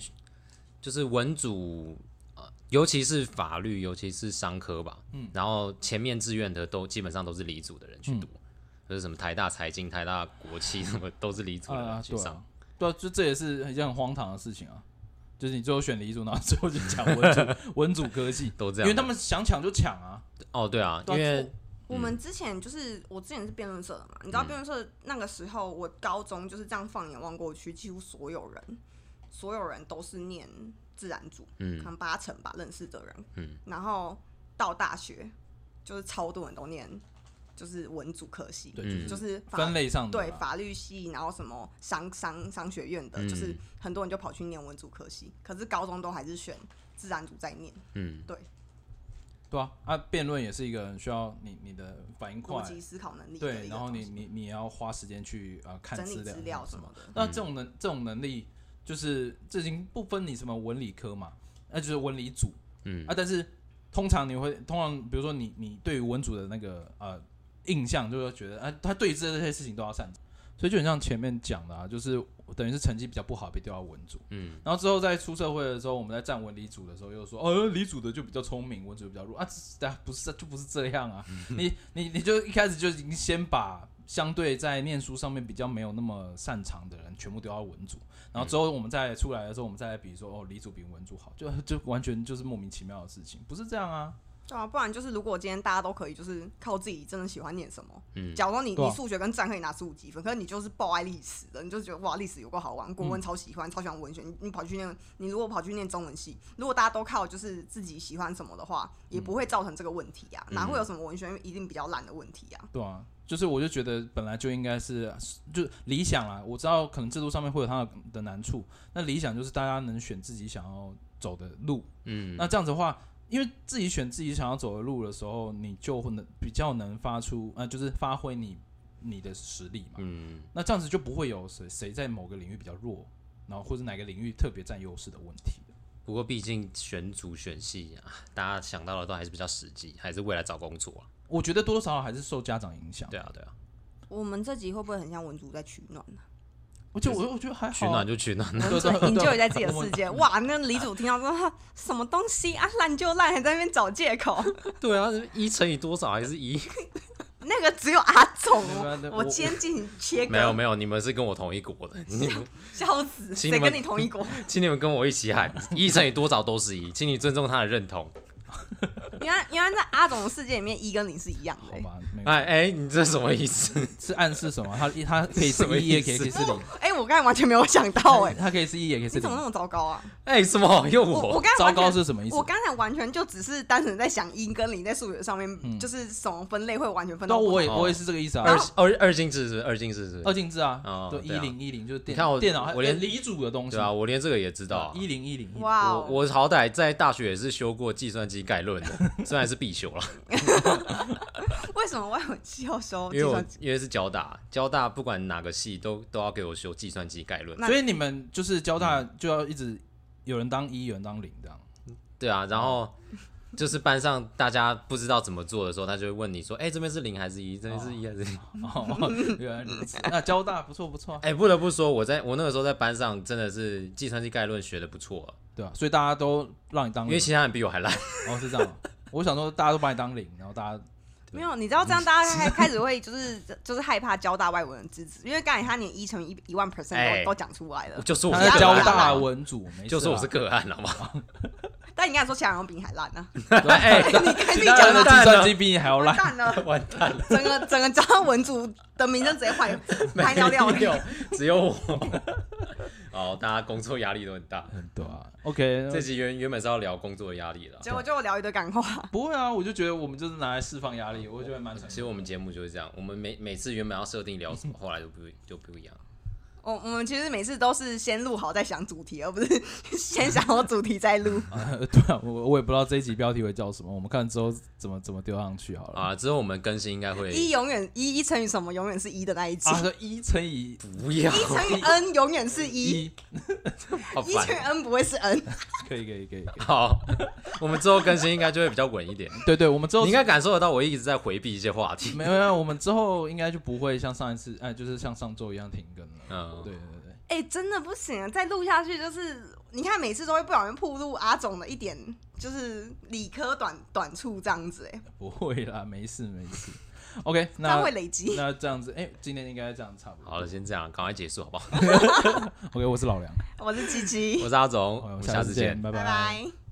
就是文组，呃，尤其是法律，尤其是商科吧，嗯，然后前面志愿的都基本上都是理组的人去读，就是什么台大财经、台大国企什么都是理组的人啊，去对上，啊，对啊，就这也是一件很荒唐的事情啊。就是你最后选理组，然后最后就抢文 [laughs] 组文组科技，都这因样，为他们想抢就抢啊。哦，对啊，因对啊为我们之前就是我之前是辩论社的嘛，嗯你知道辩论社那个时候，我高中就是这样放眼望过去，几乎所有人，所有人都是念自然组，可嗯能八成吧认识的人，嗯，然后到大学就是超多人都念就是文组科系，对，嗯就就是是法分类上的对嘛法律系，然后什么商商商学院的，嗯就是很多人就跑去念文组科系，可是高中都还是选自然组在念，嗯，对啊，啊，辩论也是一个很需要你你的反应快逻，辑思考能力的对，一个然后你东西你你也要花时间去呃看整资理料资料什什么么。的，那这种能这种能力，就是这已经不分你什么文理科嘛，那就是文理组，嗯啊，但是通常你会通常比如说你你对于文组的那个呃印象，就会觉得啊，他对于这这些事情都要擅长，所以就很像前面讲的啊，就是等于是成绩比较不好被调到文组，嗯，然后之后在出社会的时候，我们在站文理组的时候又说，哦，理组的就比较聪明，文组的比较弱啊，这不是就不是这样啊，你你你就一开始就已经先把相对在念书上面比较没有那么擅长的人全部丢到文组，然后之后我们再出来的时候，我们再来比说哦，理组比文组好，就就完全就是莫名其妙的事情，不是这样啊，对啊，不然就是如果今天大家都可以，就是靠自己真的喜欢念什么。嗯假如说你对啊你数学跟自然可以拿十五几分，可是你就是爆爱历史的，你就觉得哇历史有够好玩，国文超喜欢，超喜欢文学。你你跑去念，你如果跑去念中文系，如果大家都靠就是自己喜欢什么的话，也不会造成这个问题啊，哪会有什么文学一定比较烂的问题啊？对啊，就是我就觉得本来就应该是就理想啦，我知道可能制度上面会有它的难处，那理想就是大家能选自己想要走的路，嗯，那这样子的话，因为自己选自己想要走的路的时候，你就会能比较能发出呃，就是发挥你你的实力嘛。嗯，那这样子就不会有谁谁在某个领域比较弱，然后或者哪个领域特别占优势的问题了不过毕竟选组选系啊，大家想到的都还是比较实际，还是未来找工作啊，我觉得多多少少还是受家长影响。对，啊对啊，我们这集会不会很像文竹在取暖呢、我觉得我我觉得还好啊。取暖就取暖， [laughs] 对 [laughs] 文竹对对营救在自己的我世界，哇！那李主听到说哈什么东西啊，烂就烂，还在那边找借口，对啊，一乘以多少还是一？那个只有阿总没有没有，我我今天进行啊切割，没有没有，你们是跟我同一国的， [laughs] 你们笑死，请你谁们跟你同一国？请你们跟我一起喊，一乘以多少都是一，请你尊重他的认同。原来原来在阿总的世界里面，一跟零是一样的、好吧，没有哎哎、你这什么意思？是暗示什么？他他可以是什么一，也意可以思可以是零。哎、我刚才完全没有想到、哎，他可以是一，也可 [laughs] 以是你怎么那零。么糟糕啊？ [laughs] 哎、什么？又我我？我刚才糟完糕全，是什么意思我？刚才完全就只是单纯在想一跟零在数学上面、就是什么分类会完全分那到不同。我也哦我也是这个意思啊。二二二进制是不是二进制是不二是？进制啊哦，对，一对啊零一零就是电，你看我电脑还，我连哎理组的东西，对啊，我连这个也知道、啊。一零一零，哇我哦，我好歹在大学也是修过计算机概论的， [laughs] 虽然是必修了，为什么外文系要哦修因计为我算机？因为是交大，交大不管哪个系都都要给我修计算机概论。那所以你们就是交大嗯就要一直有人当一，有人当零 [laughs] 这样。对啊，然哦后就是班上大家不知道怎么做的时候，他就会问你说：“哎、这边是零还是一？这边是一还是一？”哦，原来如此。那交大不错不错啊，哎、不得不说，我在我那个时候在班上真的是计算机概论学的不错啊，对啊，所以大家都让你当因零为，其他人比我还烂。哦是这样啊。我想说大家都把你当零，然后大家没有，你知道这样大家开开始会就是就是害怕交大外文的资质，因为刚才他连一乘以一一万 percent 都、哎都讲出来了，就 [laughs] 说我他是在个交案大啊文组，没事啊就说我是个案，好不好？但你刚才说其他人比你还烂呢、啊，对啊 [laughs] 哎，你刚才自其己他讲人的的计算机比你还要完烂。蛋了，完蛋了，整个整个交大文组的名声直接坏坏掉掉了没。有，只有我。哦，大家工作压力都很大。对啊，OK， [laughs] 这集原原本是要聊工作的压力的啊，结果就聊一堆干话， [laughs] 不会啊，我就觉得我们就是拿来释放压力，我觉得蛮成功的。 [laughs] 其实我们节目就是这样，我们每每次原本要设定聊什么，后来就不就不一样。我我们其实每次都是先录好再想主题，而不是 [laughs] 先想好主题再录。对啊， [laughs] 我我也不知道这一集标题会叫什么，我们看之后怎么怎么丢上去好了。啊，之后我们更新应该会一永远一一乘以什么永远是一的那一集， [laughs] [laughs] 啊，说一乘以不要，一乘以 n 永远是一，一，好一乘烦。以 n 不会是 n。 [laughs] 可以可以可以，可以好，我们之后更新应该就会比较稳一点。对对，我们之后你应该感受得到，我一直在回避一些话题。没有没有，我们之后应该就不会像上一次，哎，就是像上周一样停更了。嗯对对对，哎、真的不行啊！再录下去就是，你看每次都会不小心暴露阿总的一点就是理科短短处这样子、哎，不会啦，没事没事。OK，这样那会累 [laughs] 积。那这样子，哎，今天应该这样差不多。好了，先这样，赶快结束好不好？ OK，我是老梁，我是鸡鸡，我是阿好总，我们下次见。拜拜拜。